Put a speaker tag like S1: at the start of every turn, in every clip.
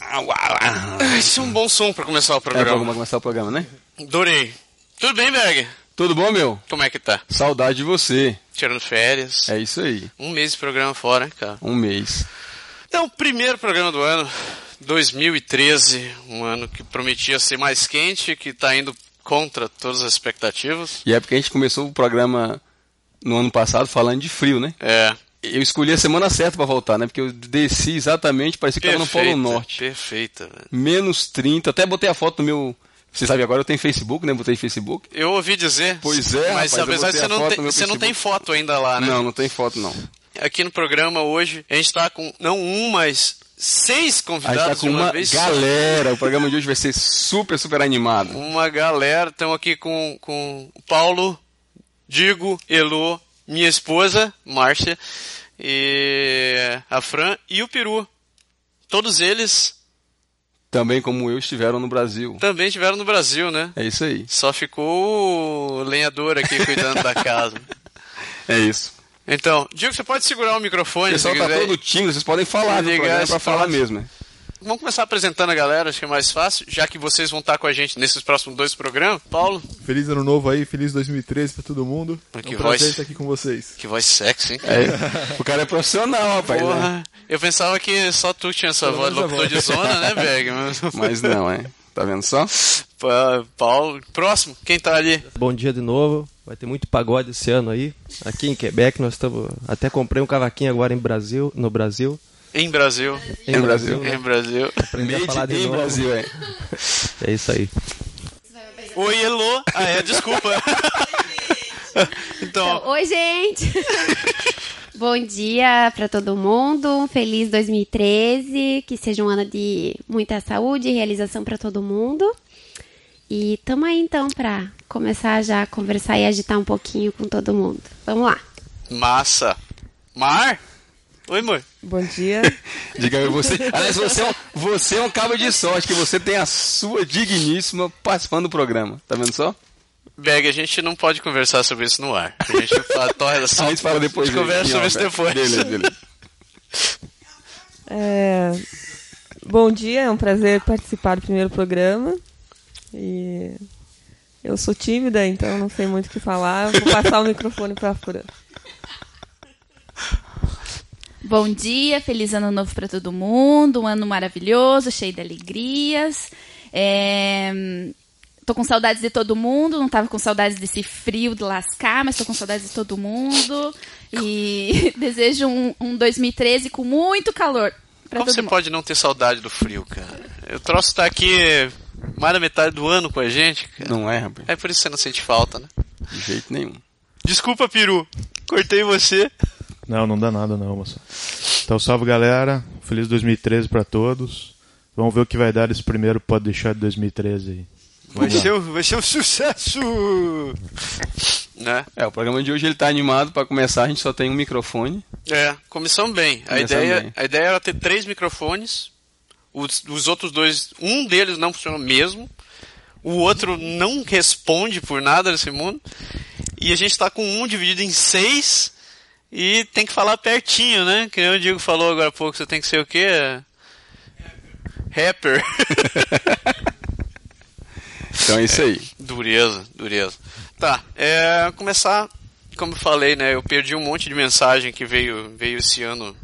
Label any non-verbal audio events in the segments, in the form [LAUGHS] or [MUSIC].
S1: Ah, Esse é um bom som pra começar o
S2: É, pra
S1: programa.
S2: começar o programa, né?
S1: Adorei. Tudo bem, Berg?
S2: Tudo bom, meu?
S1: Como é que tá?
S2: Saudade de você.
S1: Tirando férias.
S2: É isso aí.
S1: Um mês de programa fora, hein, cara?
S2: Um mês.
S1: Então, primeiro programa do ano, 2013. Um ano que prometia ser mais quente, que tá indo contra todas as expectativas.
S2: E é porque a gente começou o programa no ano passado falando de frio, né?
S1: É.
S2: Eu escolhi a semana certa pra voltar, né? Porque eu desci exatamente, parecia que tava no Polo Norte.
S1: Perfeita, velho.
S2: Menos 30. Até botei a foto no meu. Você sabe, agora eu tenho Facebook, né? Botei Facebook.
S1: Eu ouvi dizer.
S2: Pois é,
S1: Mas
S2: rapaz, eu
S1: apesar de
S2: botei
S1: você
S2: a
S1: não,
S2: foto
S1: ter-
S2: no meu
S1: você não tem
S2: Facebook.
S1: foto ainda lá, né?
S2: Não, não tem foto, não.
S1: Aqui no programa hoje, a gente tá com não um, mas seis
S2: A
S1: convidados
S2: gente tá com
S1: de uma,
S2: uma
S1: vez.
S2: galera. O programa de hoje vai ser super, super animado.
S1: Uma galera. Estamos aqui com, com o Paulo, Digo, Elô, minha esposa, Márcia, e a Fran e o Peru. Todos eles
S2: Também como eu estiveram no Brasil.
S1: também estiveram no Brasil, né?
S2: É isso aí.
S1: Só ficou o lenhador aqui cuidando da casa.
S2: É isso.
S1: Então, Diego, você pode segurar o
S2: O
S1: microfone?
S2: pessoal
S1: se
S2: tá
S1: quiser.
S2: todo tímido, vocês podem falar, viu? O
S1: Ligar
S2: programa é
S1: esse
S2: pra falar
S1: troço.
S2: mesmo. né?
S1: Vamos começar apresentando a galera, acho que é mais fácil, já que vocês vão estar com a gente nesses próximos dois programas. Paulo,
S3: Feliz ano novo aí, feliz 2013 pra todo mundo.
S1: Mas
S3: é
S1: que
S3: um prazer
S1: voz.
S3: estar aqui com vocês.
S1: que voz sexy, hein?
S2: É, o cara é profissional, rapaz. né?
S1: Porra, eu pensava que só tu tinha essa
S3: Pelo
S1: voz de
S3: menos a
S1: locutor de
S3: voz.
S1: zona, né, Berg? Mas-
S2: [LAUGHS] Mas não, é. Tá vendo só?
S1: Pa- Paulo, próximo, quem tá ali?
S4: Bom dia de novo. Vai ter muito pagode esse ano aí. Aqui em Quebec nós estamos. Até comprei um cavaquinho agora em Brasil, no Brasil.
S1: Em Brasil.
S2: Em Brasil.
S1: Em Brasil.
S4: Aprendi a falar
S2: Made
S4: de
S2: in
S4: novo.
S2: Brasil, é.
S4: É isso aí.
S1: Oi, Elô. Ah, é, desculpa. [LAUGHS] então,
S5: Então, oi, gente! Bom dia pra todo mundo, um feliz 2013, que seja um ano de muita saúde e realização pra todo mundo. E tamo aí então pra começar já a conversar e agitar um pouquinho com todo mundo. Vamos lá!
S1: massa. Mar? Oi, amor.
S6: Bom dia.
S2: Diga aí, você. Aliás, você é, um, você é um cabo de sorte, que você tem a sua digníssima participando do programa. Tá vendo só?
S1: Berg, a gente não pode conversar sobre isso no ar. A gente [LAUGHS] fala, torna só.
S2: A gente fala depois.
S1: A gente conversa sobre
S2: direitinho,
S1: isso
S2: ó,
S1: depois.
S2: cara. Beleza, beleza.
S6: É, Bom dia, é um prazer participar do primeiro programa. E eu sou tímida, então não sei muito o que falar. Vou passar o microfone para Fran.
S7: Bom dia, feliz ano novo para todo mundo, um ano maravilhoso, cheio de alegrias. É, Tô com saudades de todo mundo, não tava com saudades desse frio de lascar, mas tô com saudades de todo mundo. E [LAUGHS] desejo um, um 2013 com muito calor pra
S1: Como
S7: todo
S1: você
S7: mundo.
S1: pode não ter saudade do frio, cara? Eu troço tá aqui mais da metade do ano com a gente, cara.
S2: Não é, rapaz.
S1: É por isso que você não sente falta, né?
S2: De jeito nenhum.
S1: Desculpa, Peru. Cortei você.
S8: Não, não dá nada não, moça. Então salve galera, feliz 2013 pra todos. Vamos ver o que vai dar esse primeiro pode deixar de 2013 aí.
S1: Vai
S8: Vamos lá.
S1: ser, um- vai ser um sucesso! né?
S2: É, o programa de hoje ele tá animado pra começar, a gente só tem um microfone.
S1: É, começamos bem. A
S2: Começamos
S1: ideia,
S2: bem.
S1: a ideia era ter três microfones. Os, os outros dois, um deles não funciona mesmo. O outro não responde por nada nesse mundo. E a gente tá com um dividido em seis. E tem que falar pertinho, né? Que nem o Diego falou agora há pouco, você tem que ser o quê? Rapper.
S2: Então é isso aí.
S1: Dureza, dureza. Tá, é, começar, como eu falei, né? Eu perdi um monte de mensagem que veio, veio esse ano,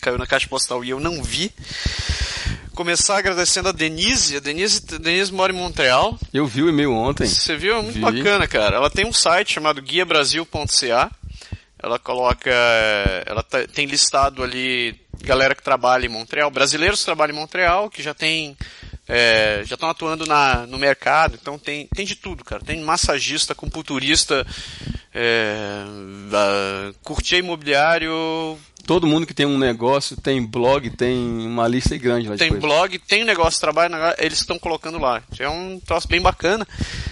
S1: caiu na caixa postal e eu não vi. Começar agradecendo a Denise. A Denise, Denise mora em Montreal.
S2: Eu vi o e-mail ontem.
S1: Você viu? É muito
S2: Vi.
S1: bacana, cara. Ela tem um site chamado guiabrasil.ca. Ela coloca. Ela tá- tem listado ali galera que trabalha em Montreal, brasileiros que trabalham em Montreal, que já tem. é, já estão atuando na, no mercado, então tem, tem de tudo, cara. Tem massagista, computurista, é, ah, curtir imobiliário,
S2: Todo mundo que tem um negócio, tem blog, tem uma lista grande lá de
S1: tem
S2: coisa.
S1: blog, tem um negócio de trabalho, negócio- eles estão colocando lá. Isso É um troço bem bacana.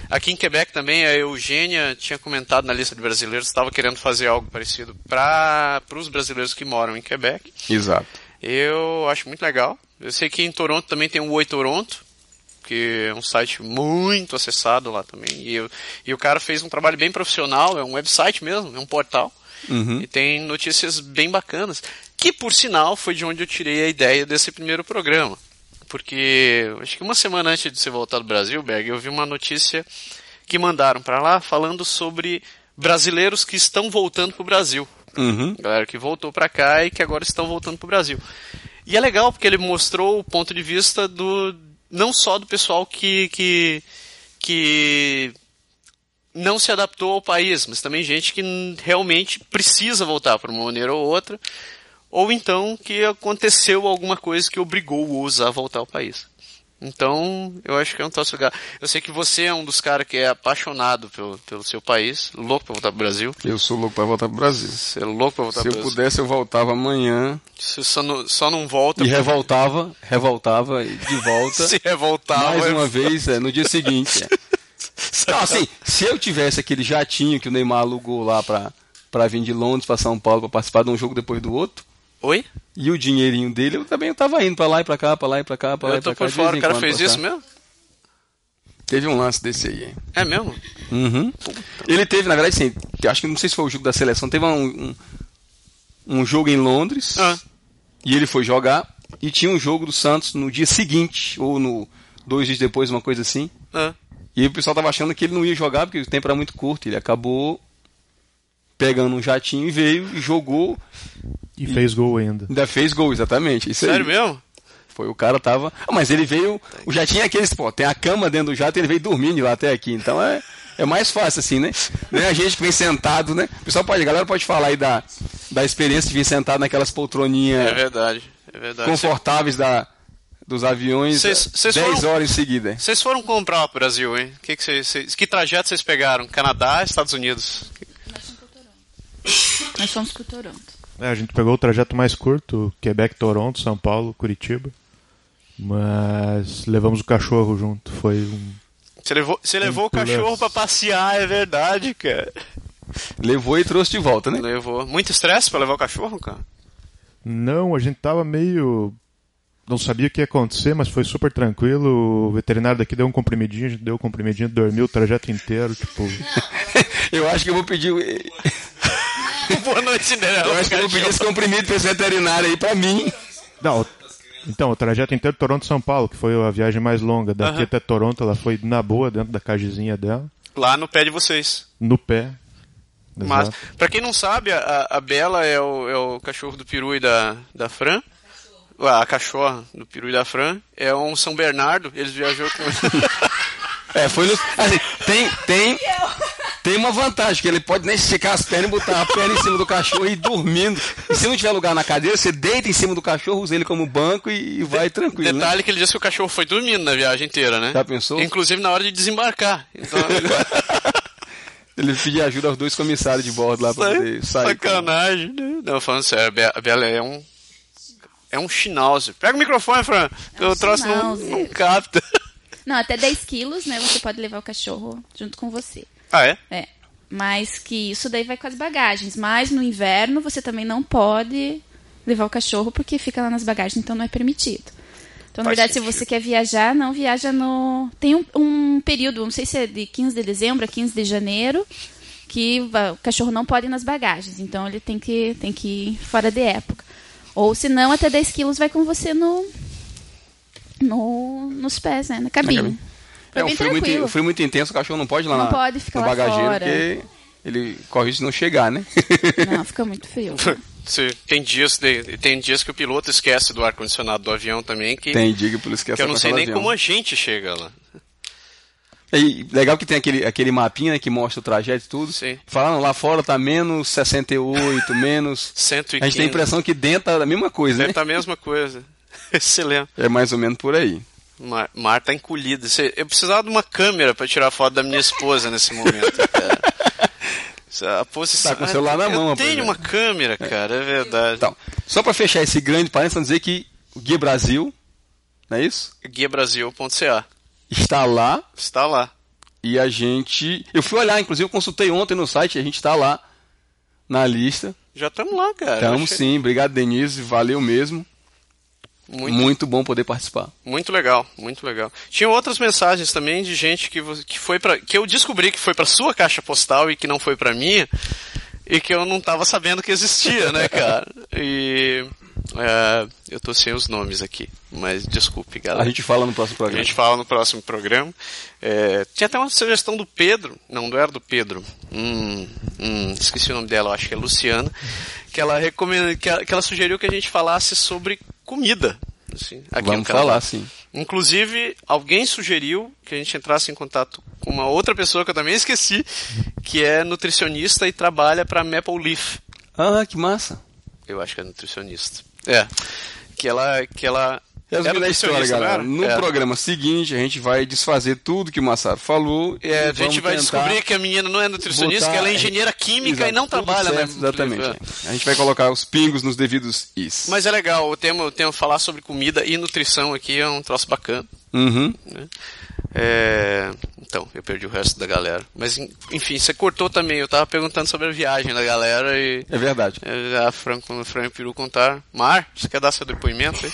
S1: Aqui em Quebec também, a Eugênia tinha comentado na lista de brasileiros, estava querendo fazer algo parecido para os brasileiros que moram em Quebec.
S2: Exato.
S1: Eu acho muito legal. Eu sei que em Toronto também tem o Oi Toronto, que é um site muito acessado lá também. E, eu- e o cara fez um trabalho bem profissional, é um website mesmo, é um portal. E tem notícias bem bacanas. Que, por sinal, foi de onde eu tirei a ideia desse primeiro programa. Porque, acho que uma semana antes de você voltar do Brasil, Berg, eu vi uma notícia que mandaram para lá falando sobre brasileiros que estão voltando para o Brasil
S2: Uhum.
S1: galera que voltou pra cá e que agora estão voltando pro Brasil. E é legal porque ele mostrou o ponto de vista do não só do pessoal que que, que não se adaptou ao país, mas também gente que n- realmente precisa voltar por uma maneira ou outra, ou então que aconteceu alguma coisa que obrigou-os a voltar ao país. Então, eu acho que é um troço legal. Eu sei que você é um dos caras que é apaixonado pelo, pelo seu país, louco pra voltar pro Brasil.
S2: Eu sou louco pra voltar pro Brasil.
S1: Você é louco pra voltar
S2: Se
S1: pro
S2: eu
S1: Brasil.
S2: pudesse, eu voltava amanhã
S1: Você só não, só não volta.
S2: e
S1: porque-
S2: revoltava, revoltava e de [LAUGHS]
S1: [LAUGHS]
S2: volta.
S1: Se revoltar.
S2: mais
S1: vai-
S2: uma vez é, no dia [LAUGHS] seguinte. É. Não, assim, se eu tivesse aquele jatinho que o Neymar alugou lá pra, pra vir de Londres pra São Paulo pra participar de um jogo depois do outro,
S1: Oi?
S2: e o dinheirinho dele, eu também tava indo pra lá e pra cá, pra lá e pra cá, pra lá e
S1: Eu
S2: pra
S1: tô
S2: cá.
S1: por
S2: de vez
S1: fora,
S2: em
S1: o cara
S2: quando
S1: fez
S2: pra cá.
S1: isso mesmo?
S2: Teve um lance desse aí, hein?
S1: É mesmo?
S2: Uhum. Ele teve, na verdade, sim, eu acho que não sei se foi o jogo da seleção, teve um, um, um jogo em Londres
S1: Ah.
S2: e ele foi jogar e tinha um jogo do Santos no dia seguinte, ou no dois dias depois, uma coisa assim.
S1: Ah.
S2: E o pessoal tava achando que ele não ia jogar porque o tempo era muito curto. Ele acabou pegando um jatinho e veio e jogou.
S8: E fez gol ainda.
S2: Ainda fez gol, exatamente. Isso
S1: Sério
S2: aí.
S1: mesmo?
S2: Foi o cara tava. Ah, mas ele veio. O jatinho é aqueles, pô, tem a cama dentro do jato e ele veio dormindo lá até aqui. Então é, é mais fácil assim, né? Não é a gente que vem sentado, né? O pessoal pode, a galera pode falar aí da, da experiência de vir sentado naquelas
S1: É
S2: poltroninhas
S1: verdade. É verdade.
S2: confortáveis da, dos aviões
S1: Vocês- vocês
S2: 10
S1: foram-
S2: horas em seguida.
S1: Vocês foram comprar pro Brasil, hein? Que, que, vocês- vocês- que trajeto vocês pegaram? Canadá, Estados Unidos?
S7: Nós fomos pro Toronto.
S8: É, a gente pegou o trajeto mais curto, Quebec, Toronto, São Paulo, Curitiba. Mas levamos o cachorro junto. Foi um.
S1: Você levou, você levou o
S8: plus.
S1: cachorro pra passear, é verdade, cara.
S2: Levou e trouxe de volta, né?
S1: Levou. Muito estresse pra levar o cachorro, cara? [LAUGHS]
S8: Não, a gente tava meio. Não sabia o que ia acontecer, mas foi super tranquilo. O veterinário daqui deu um comprimidinho, a gente deu um comprimidinho, dormiu o trajeto inteiro, tipo.
S2: Eu acho que eu vou pedir.
S1: Então Boa noite, né?
S2: Eu acho que eu vou pedir esse comprimido pra esse veterinário aí pra mim.
S8: Não, o- então, o trajeto inteiro Toronto-São Paulo, que foi a viagem mais longa. Daqui
S1: Aham.
S8: até Toronto, ela foi na boa, dentro da cagezinha dela,
S1: Lá no pé de vocês.
S8: no pé.
S1: Mas,
S8: Exato.
S1: pra quem não sabe, a, a Bela é o, é o cachorro do Peru e da, da Fran. Ah, A cachorra do Peru e da Fran. É um São Bernardo. Eles viajou com. [LAUGHS]
S2: É, foi no. Assim, tem, tem, tem uma vantagem, que ele pode nem esticar as pernas e botar a perna em cima do cachorro e ir dormindo. E se não tiver lugar na cadeira, você deita em cima do cachorro, usa ele como banco e, e vai tranquilo. Né?
S1: Detalhe que ele disse que o cachorro foi dormindo na viagem inteira, né?
S2: Já pensou?
S1: Inclusive na hora de desembarcar. Então,
S2: Ele pedir ajuda aos dois comissários de bordo lá pra poder sair.
S1: Né? sacanagem, né? Não, falando sério, a Be- a Bela é um. É um schnauzer. Pega o microfone, Fran. que
S7: É um
S1: o troço não,
S7: schnauzer.
S1: não capta.
S7: Não, até 10 quilos, né? Você pode levar o cachorro junto com você.
S1: Ah, é?
S7: É. Mas que isso daí vai com as bagagens. Mas no inverno você também não pode levar o cachorro porque fica lá nas bagagens, então não é permitido. Então, na
S1: Faz
S7: verdade,
S1: sentido.
S7: se você quer viajar, não viaja no. Tem um, um período, não sei se é de 15 de dezembro a 15 de janeiro, que va- o cachorro não pode ir nas bagagens. Então ele tem que, tem que ir fora de época. Ou se não, até 10 quilos vai com você no. no nos pés, né? Na cabine.
S2: cabine.
S7: Foi
S2: É um
S7: bem
S2: frio muito,
S7: tranquilo.
S2: um frio muito intenso, o cachorro não pode ir lá
S7: Não
S2: na,
S7: pode ficar
S2: no
S7: lá
S2: bagageiro,
S7: fora.
S2: porque ele corre isso de não chegar, né?
S7: Não, fica muito
S1: [LAUGHS]
S7: frio.
S1: Sim, Tem dias, de- tem dias que o piloto esquece do ar-condicionado do avião também, que,
S2: tem, diga por isso que
S1: que
S2: essa
S1: eu não sei
S2: passada
S1: nem
S2: de
S1: como
S2: ano.
S1: a gente chega lá.
S2: E legal que tem aquele, aquele mapinha né, que mostra o trajeto e tudo.
S1: Sim.
S2: Falando lá fora tá
S1: [LAUGHS]
S2: menos 68, menos.
S1: 115.
S2: A gente tem a impressão que dentro tá a mesma coisa, né?
S1: Deve tá a mesma coisa. [LAUGHS] Excelente.
S2: É mais ou menos por aí.
S1: Mar, Mar tá encolhida. Cê- Eu precisava de uma câmera pra tirar foto da minha esposa nesse momento. cara. Isso, A posição. ah,
S2: Tá com o celular na
S1: eu
S2: mão,
S1: tenho
S2: rapaz,
S1: uma câmera, cara, é verdade.
S2: Então, só para fechar esse grande parênteses, vamos dizer que o Guia Brasil, não é isso?
S1: Guiabrasil.ca.
S2: Está lá
S1: Está lá.
S2: e a gente. Eu fui olhar, inclusive, eu consultei ontem no site, a gente está lá na lista.
S1: Já estamos lá, cara.
S2: Estamos
S1: Achei
S2: sim, obrigado Denise, valeu mesmo.
S1: Muito,
S2: Muito, bom poder participar.
S1: muito legal, muito legal. Tinha outras mensagens também de gente que, vo- que foi para que eu descobri que foi para sua caixa postal e que não foi para minha e que eu não estava sabendo que existia,
S2: [LAUGHS]
S1: né, cara? E é, eu tô sem os nomes aqui, mas desculpe, galera.
S2: A gente fala no próximo
S1: A
S2: programa.
S1: gente fala no próximo programa. É, tinha até uma sugestão do Pedro, não, não era do Pedro, Hum, hum, esqueci o nome dela, eu acho que é Luciana, que ela, recomenda, que ela, que ela sugeriu que a gente falasse sobre comida. assim, aqui no
S2: Vamos
S1: canal.
S2: falar, sim.
S1: Inclusive, alguém sugeriu que a gente entrasse em contato com uma outra pessoa que eu também esqueci, que é nutricionista e trabalha para Maple Leaf.
S2: Ah, que massa.
S1: Eu acho que é nutricionista. É. Que ela. Que ela
S2: Resumindo a história,
S1: nutricionista, não era?
S2: galera. No
S1: É.
S2: programa seguinte, a gente vai desfazer tudo que o Massaro falou. e
S1: É, a
S2: vamos
S1: gente vai
S2: tentar
S1: descobrir que a menina não é nutricionista,
S2: botar-
S1: que ela é engenheira química
S2: Exato,
S1: e não
S2: tudo
S1: trabalha né?
S2: certo,
S1: na
S2: Exatamente. é. A gente vai colocar os pingos nos devidos is.
S1: Mas é legal, o tema, o tema falar sobre comida e nutrição aqui é um troço bacana.
S2: Uhum.
S1: né? É, Então, eu perdi o resto da galera. Mas, en- enfim, você cortou também. Eu tava perguntando sobre a viagem da galera e
S2: É verdade.
S1: é, a Franco, o Fran e o Peru contar. Mar, você quer dar seu depoimento aí?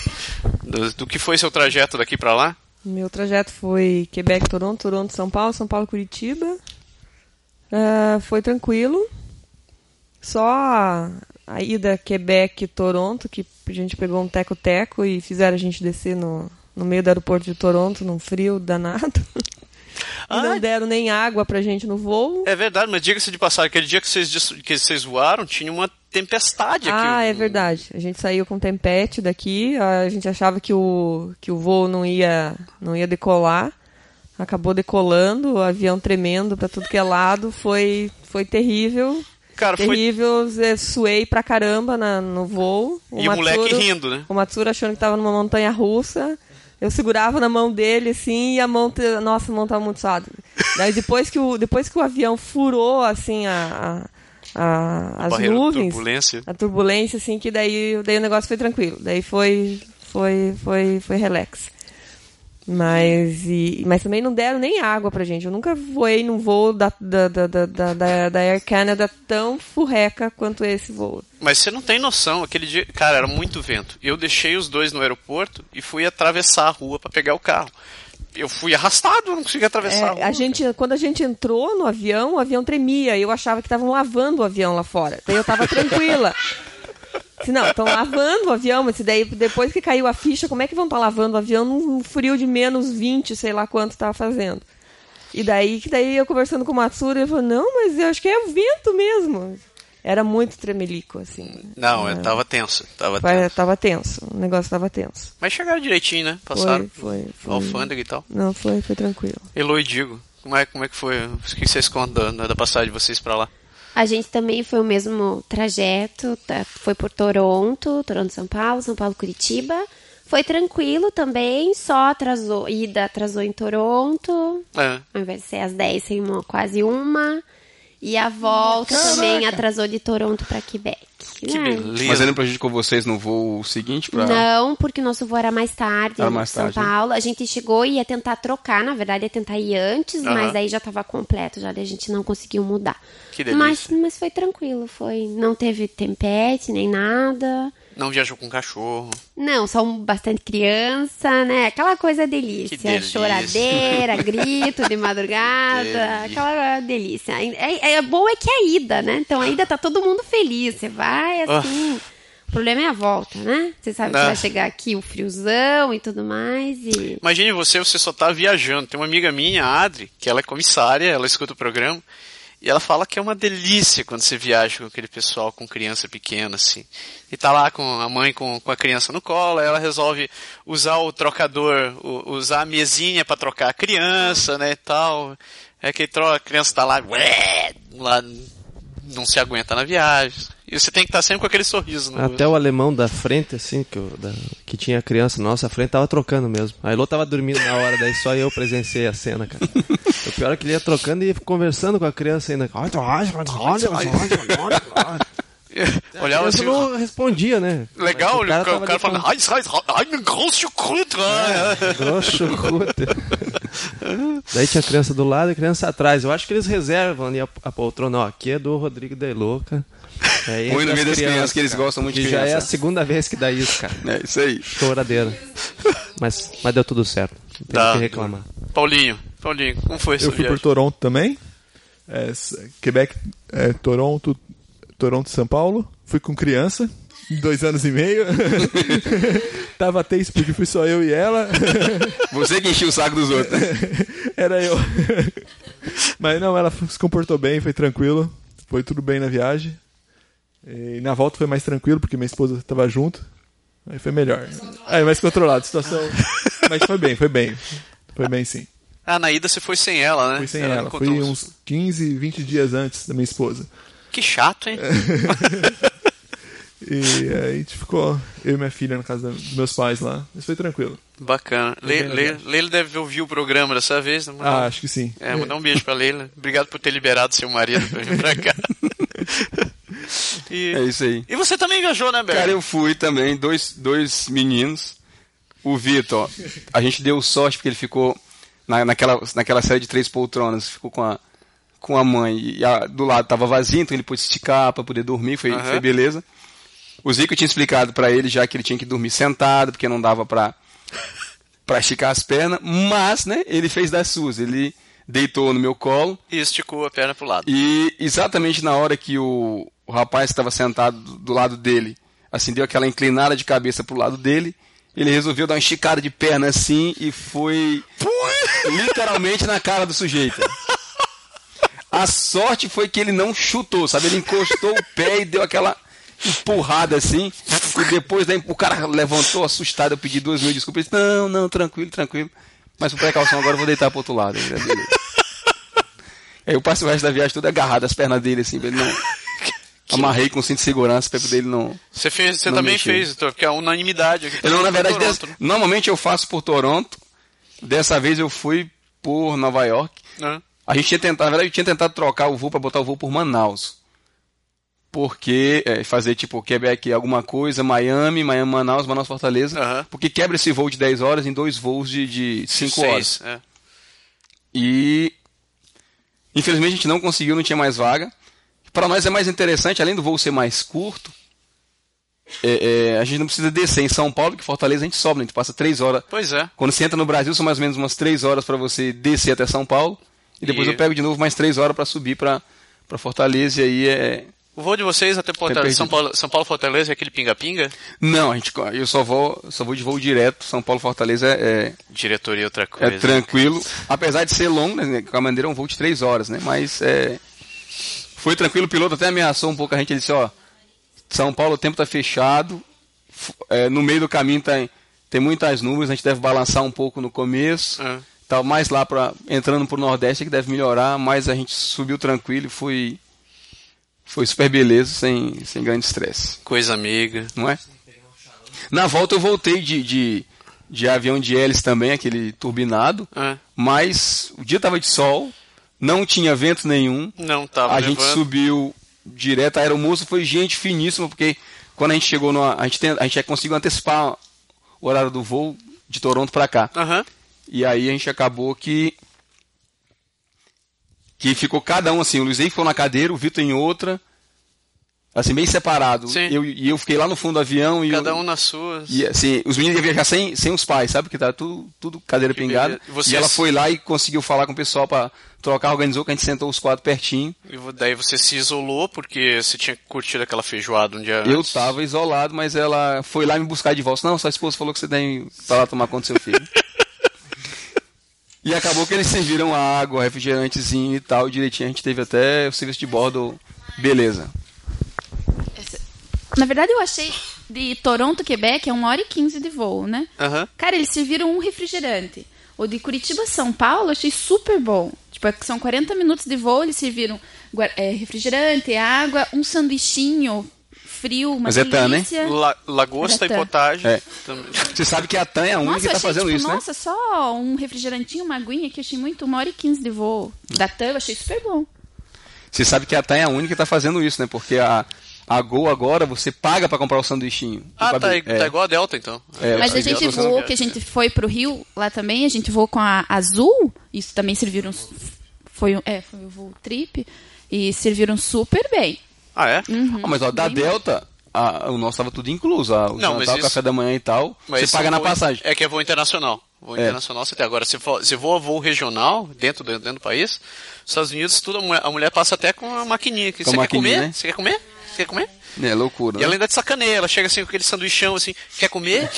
S1: Do, do que foi seu trajeto daqui pra lá?
S6: Meu trajeto foi Quebec, Toronto, Toronto, São Paulo, São Paulo, Curitiba. Ah, foi tranquilo. Só a ida Quebec, Toronto, que a gente pegou um teco-teco e fizeram a gente descer no, no meio do aeroporto de Toronto, num frio danado. [LAUGHS] e
S1: Ah.
S6: não deram nem água pra gente no voo.
S1: É verdade, mas diga-se de passagem, aquele dia que vocês, dis- que vocês voaram, tinha uma tempestade aqui.
S6: Ah, é verdade. A gente saiu com tempete daqui, a gente achava que o, que o voo não ia, não ia decolar. Acabou decolando, o avião tremendo pra tudo que é lado, foi, foi terrível.
S1: Cara, foi
S6: terrível, eh, suei pra caramba na- no voo.
S1: E o moleque rindo, né?
S6: O Matsura achando que tava numa montanha russa. Eu segurava na mão dele, assim, e a mão. te- Nossa, a mão tava muito suada. Daí depois que o, depois que o avião furou, assim, a, a- a- as
S1: Barreira de
S6: nuvens.
S1: turbulência.
S6: A turbulência, assim, que daí, daí o negócio foi tranquilo. Daí foi. Foi. Foi. Foi relax. Mas, e, mas também não deram nem água pra gente. Eu nunca voei num voo da, da, da, da, da, da- da Air Canada tão furreca quanto esse voo.
S1: Mas você não tem noção, aquele dia, cara, era muito vento. Eu deixei os dois no aeroporto e fui atravessar a rua pra pegar o carro. Eu fui arrastado, eu não consegui
S6: É,
S1: atravessar a rua.
S6: a gente, quando a gente entrou no avião, o avião tremia. Eu achava que estavam lavando o avião lá fora. Daí eu tava tranquila. Se não, estão lavando o avião, mas se daí depois que caiu a ficha, como é que vão estar lavando o avião num frio de menos 20, sei lá quanto tava fazendo? E daí que daí eu conversando com o Matsura, ele falou: "Não, mas eu acho que é o vento mesmo". Era muito tremelico assim.
S1: Não, eu tava tenso, tava
S6: Tava,
S1: tenso.
S6: tava tenso, o negócio tava tenso.
S1: Mas chegaram direitinho, né? Passaram
S6: Foi, foi, foi.
S1: alfândega e tal.
S6: Não, foi, foi tranquilo.
S1: Eloi Digo, como é, como é que foi? O que vocês contam da, da passagem de vocês pra lá?
S5: A gente também foi o mesmo trajeto, tá? foi por Toronto, Toronto, São Paulo, São Paulo, Curitiba. Foi tranquilo também, só atrasou, ida atrasou em Toronto,
S1: É.
S5: ao invés de ser às 10, tem uma- quase uma. E a volta também atrasou de Toronto para Quebec.
S1: Que
S5: Ah,
S1: beleza.
S2: Hum. Mas ele não prejudicou vocês no voo seguinte pra.
S5: Não, porque o nosso voo era mais tarde,
S2: Era
S5: em
S2: mais
S5: São
S2: tarde, né?
S5: Paulo. A gente chegou e ia tentar trocar, na verdade ia tentar ir antes,
S1: Aham.
S5: mas aí já estava completo, já daí a gente não conseguiu mudar.
S1: Que delícia.
S5: mas, mas foi tranquilo, foi. Não teve tempete nem nada.
S1: Não viajou com cachorro.
S5: Não, só um- bastante criança, né? Aquela coisa delícia.
S1: Que delícia. [LAUGHS]
S5: Choradeira, grito de madrugada,
S1: Delícia.
S5: aquela delícia. É, é, é bom é que é a ida, né? Então a ida tá todo mundo feliz. Você vai assim. O problema é a volta, né? Você sabe que
S1: Ah.
S5: vai chegar aqui o friozão e tudo mais. E...
S1: Imagine você, você só tá viajando. Tem uma amiga minha, a Adri, que ela é comissária, ela escuta o programa, e ela fala que é uma delícia quando você viaja com aquele pessoal com criança pequena, assim. E tá lá com a mãe com, com a criança no colo, aí ela resolve usar o trocador, o- usar a mesinha pra trocar a criança, né, e tal. É que troca, a criança tá lá, ué, lá não se aguenta na viagem. E você tem que estar sempre com aquele sorriso, né?
S4: Até o alemão da frente, assim, que, eu- da- que tinha criança na nossa frente, tava trocando mesmo. A Elô tava dormindo na hora, daí só eu presenciei a cena, cara. O pior é que ele ia trocando e ia conversando com a criança ainda. Olha, olha, olha, olha, olha, olha. A criança
S1: Olhava assim.
S4: não respondia, né?
S1: Legal,
S4: Mas
S1: o cara, o
S4: tava
S1: cara
S4: ali
S1: falando. Ai, ai, ai, meu grosso cruto! ah."
S4: Grosso Ruter. Daí tinha a criança do lado e a criança atrás. Eu acho que eles reservam ali a, a poltrona. Ó, aqui é do Rodrigo da Louca. É Aí
S2: Põe
S4: entra
S2: no meio
S4: as
S2: das crianças, que eles
S4: cara.
S2: gostam muito de
S4: Que já é a
S2: criança.
S4: segunda vez que dá isso, cara.
S3: assim.
S2: É isso aí.
S4: Choradeira. Mas, mas deu tudo certo. Não tem
S1: Tá.
S4: o que reclamar.
S1: Paulinho, Paulinho, como foi essa
S3: Eu fui por
S1: viagem?
S3: Toronto também. É, S- Quebec, é, Toronto, Toronto, São Paulo. Fui com criança, dois anos e meio. [LAUGHS] Tava tenso porque fui só eu e ela.
S2: Você que enchia o saco dos outros. né?
S3: Era eu. [LAUGHS] Mas não, ela se comportou bem, foi tranquilo. Foi tudo bem na viagem. E na volta foi mais tranquilo, porque minha esposa tava junto. Aí foi melhor. Aí mais controlado, a situação. Mas foi bem, foi bem. Foi bem sim.
S1: Ah, na ida você foi sem ela, né?
S3: Fui sem
S1: Ela
S3: ela. Fui
S1: encontrou um-
S3: uns 15, 20 dias antes da minha esposa.
S1: Que chato, hein?
S3: E aí a gente ficou, eu e minha filha, na casa da- dos meus pais lá. Mas foi tranquilo.
S1: Bacana. Le-
S3: bem
S1: Le-
S3: legal.
S1: Leila deve ouvir o programa dessa vez, né?
S3: Ah,
S1: Mandar-
S3: acho que sim.
S1: É, mandar um beijo pra Leila. Obrigado por ter liberado seu marido pra vir pra cá. E,
S2: É isso aí.
S1: e você também viajou, né, Berg?
S2: Cara, eu fui também, dois, dois meninos. O Vitor, a gente deu sorte porque ele ficou na, naquela, naquela série de três poltronas, ficou com a, com a mãe. E a- do lado tava vazio, então ele pôde esticar pra poder dormir, foi,
S1: Aham.
S2: foi beleza. O Zico tinha explicado pra ele já que ele tinha que dormir sentado, porque não dava pra, pra esticar as pernas, mas, né, ele fez das suas. Ele deitou no meu colo,
S1: E esticou a perna pro lado.
S2: e exatamente na hora que o, o rapaz que estava sentado do- do lado dele, assim, deu aquela inclinada de cabeça pro lado dele, ele resolveu dar uma esticada de perna assim e foi literalmente na cara do sujeito. A sorte foi que ele não chutou, sabe? Ele encostou o pé e deu aquela empurrada assim. E depois daí, o cara levantou assustado, eu pedi duas mil desculpas. Ele disse, não, não, tranquilo, tranquilo. Mas por precaução agora eu vou deitar pro outro lado. Ele, "Beleza." Aí eu passei o resto da viagem todo agarrado às pernas dele, assim, pra ele
S1: [LAUGHS]
S2: não. Amarrei com cinto de segurança pra dele não.
S1: Você, fez, você
S2: Não
S1: também
S2: mexeu.
S1: fez, Vitor, porque é a unanimidade aqui.
S2: Eu não, na verdade,
S1: Toronto, né?
S2: dessa- normalmente eu faço por Toronto. Dessa vez eu fui por Nova York.
S1: né?
S2: A gente tinha tentado, na verdade, eu tinha tentado trocar o voo pra botar o voo por Manaus. Porque é, fazer tipo Quebec alguma coisa, Miami, Miami, Manaus, Manaus, Fortaleza.
S1: Aham.
S2: Porque quebra esse voo de 10 horas em dois voos de 5
S1: Seis,
S2: horas.
S1: é.
S2: E infelizmente a gente não conseguiu, não tinha mais vaga. Para nós é mais interessante, além do voo ser mais curto, é, é, a gente não precisa descer em São Paulo, que Fortaleza a gente sobe, né? a gente passa três horas.
S1: Pois é.
S2: Quando você entra no Brasil, são mais ou menos umas três horas para você descer até São Paulo. E depois
S1: E-
S2: eu pego de novo mais três horas para subir para Fortaleza. E aí é.
S1: O voo de vocês até Porta...
S2: perdido.
S1: São Paulo, São Paulo Fortaleza é aquele pinga-pinga?
S2: Não, a gente, co- eu só vou, só vou de voo direto. São Paulo Fortaleza é,
S1: Diretoria é outra
S2: é,
S1: coisa.
S2: é tranquilo. Apesar de ser longo, né? Com a bandeira é um voo de três horas, né? Mas é, Foi tranquilo, o piloto até ameaçou um pouco a gente, ele disse, ó, São Paulo o tempo tá fechado, f- é, no meio do caminho tá, em- tem muitas nuvens, a gente deve balançar um pouco no começo,
S1: É.
S2: tá mais lá para entrando pro Nordeste que deve melhorar, mas a gente subiu tranquilo e foi, foi super beleza, sem, sem grande estresse,
S1: Coisa amiga.
S2: não é? Na volta eu voltei de, de, de avião de hélice também, aquele turbinado,
S1: É.
S2: mas o dia tava de sol, não tinha vento nenhum,
S1: Não tava
S2: a
S1: levando.
S2: gente subiu direto, a aeromoça foi gente finíssima, porque quando a gente chegou, no, a, gente tem, a gente já conseguiu antecipar o horário do voo de Toronto pra cá.
S1: Aham.
S2: E aí a gente acabou que. Que ficou cada um assim, o Luiz Henrique ficou na cadeira, o Vitor em outra, assim, bem separado.
S1: Sim.
S2: Eu, e eu fiquei lá no fundo do avião e.
S1: Cada
S2: eu-
S1: um nas suas.
S2: e assim, os meninos iam viajar sem, sem os pais, sabe? Que tá tudo, tudo cadeira
S1: Que
S2: pingada.
S1: beleza. Vocês-
S2: E ela foi lá e conseguiu falar com o pessoal pra trocar, organizou, que a gente sentou os quatro pertinho.
S1: E vo- daí você se isolou porque você tinha curtido aquela feijoada um dia
S2: Eu
S1: antes.
S2: tava isolado, mas ela foi lá me buscar de volta. Não, sua esposa falou que você tem pra lá tomar conta do seu filho.
S1: [LAUGHS]
S2: e acabou que eles serviram água, refrigerantezinho e tal, direitinho. A gente teve até o serviço de bordo. Beleza.
S7: Na verdade, eu achei de Toronto, Quebec, é 1 hora e 15 de voo, né?
S1: Aham.
S7: Cara, eles serviram um refrigerante. O de Curitiba, São Paulo, eu achei super bom. Tipo, é que são 40 minutos de voo, eles serviram gua- é, refrigerante, água, um sanduichinho frio, uma
S2: Mas é
S7: delícia.
S2: tan, né?
S1: La- lagosta e
S7: Batata.
S1: potagem.
S2: É.
S1: Também.
S2: Você sabe que a TAN é a única
S7: Nossa,
S2: que
S7: eu
S2: tá
S7: achei,
S2: fazendo
S7: tipo,
S2: isso, né?
S7: nossa, só um refrigerantinho, uma aguinha, que eu achei muito, uma hora e quinze de voo. Da TAM, eu achei super bom.
S2: Você sabe que a TAM é a única que tá fazendo isso, né? Porque a, a Gol agora você paga pra comprar o sanduichinho.
S1: Ah,
S2: Pra-
S1: tá,
S2: é,
S1: tá igual a Delta, então.
S2: é,
S7: Mas a
S2: eu
S7: gente
S2: tô usando-
S7: voou, que a gente foi pro Rio lá também, a gente voou com a Azul, isso também serviram. Foi, um- é, foi o voo trip. E serviram super bem.
S1: Ah, é?
S2: Ah, mas ó, da Delta, a- o nosso tava tudo incluso. A, o
S1: Não, mas
S2: jantar, o
S1: isso-
S2: café da manhã e tal.
S1: Mas
S2: você paga
S1: é
S2: na
S1: voo-
S2: passagem.
S1: É que é voo internacional. Voo
S2: É.
S1: internacional você tem. Agora, se, for, se voa voo regional, dentro, dentro, dentro do país, nos Estados Unidos, tudo, a, mulher, a mulher passa até com a maquininha. Que
S2: Com a
S1: você, quer
S2: maquininha,
S1: comer?
S2: né?
S1: você quer comer? Você quer comer?
S2: É loucura.
S1: E ela
S2: Né?
S1: ainda te sacaneia, ela chega assim com aquele sanduichão assim, quer comer?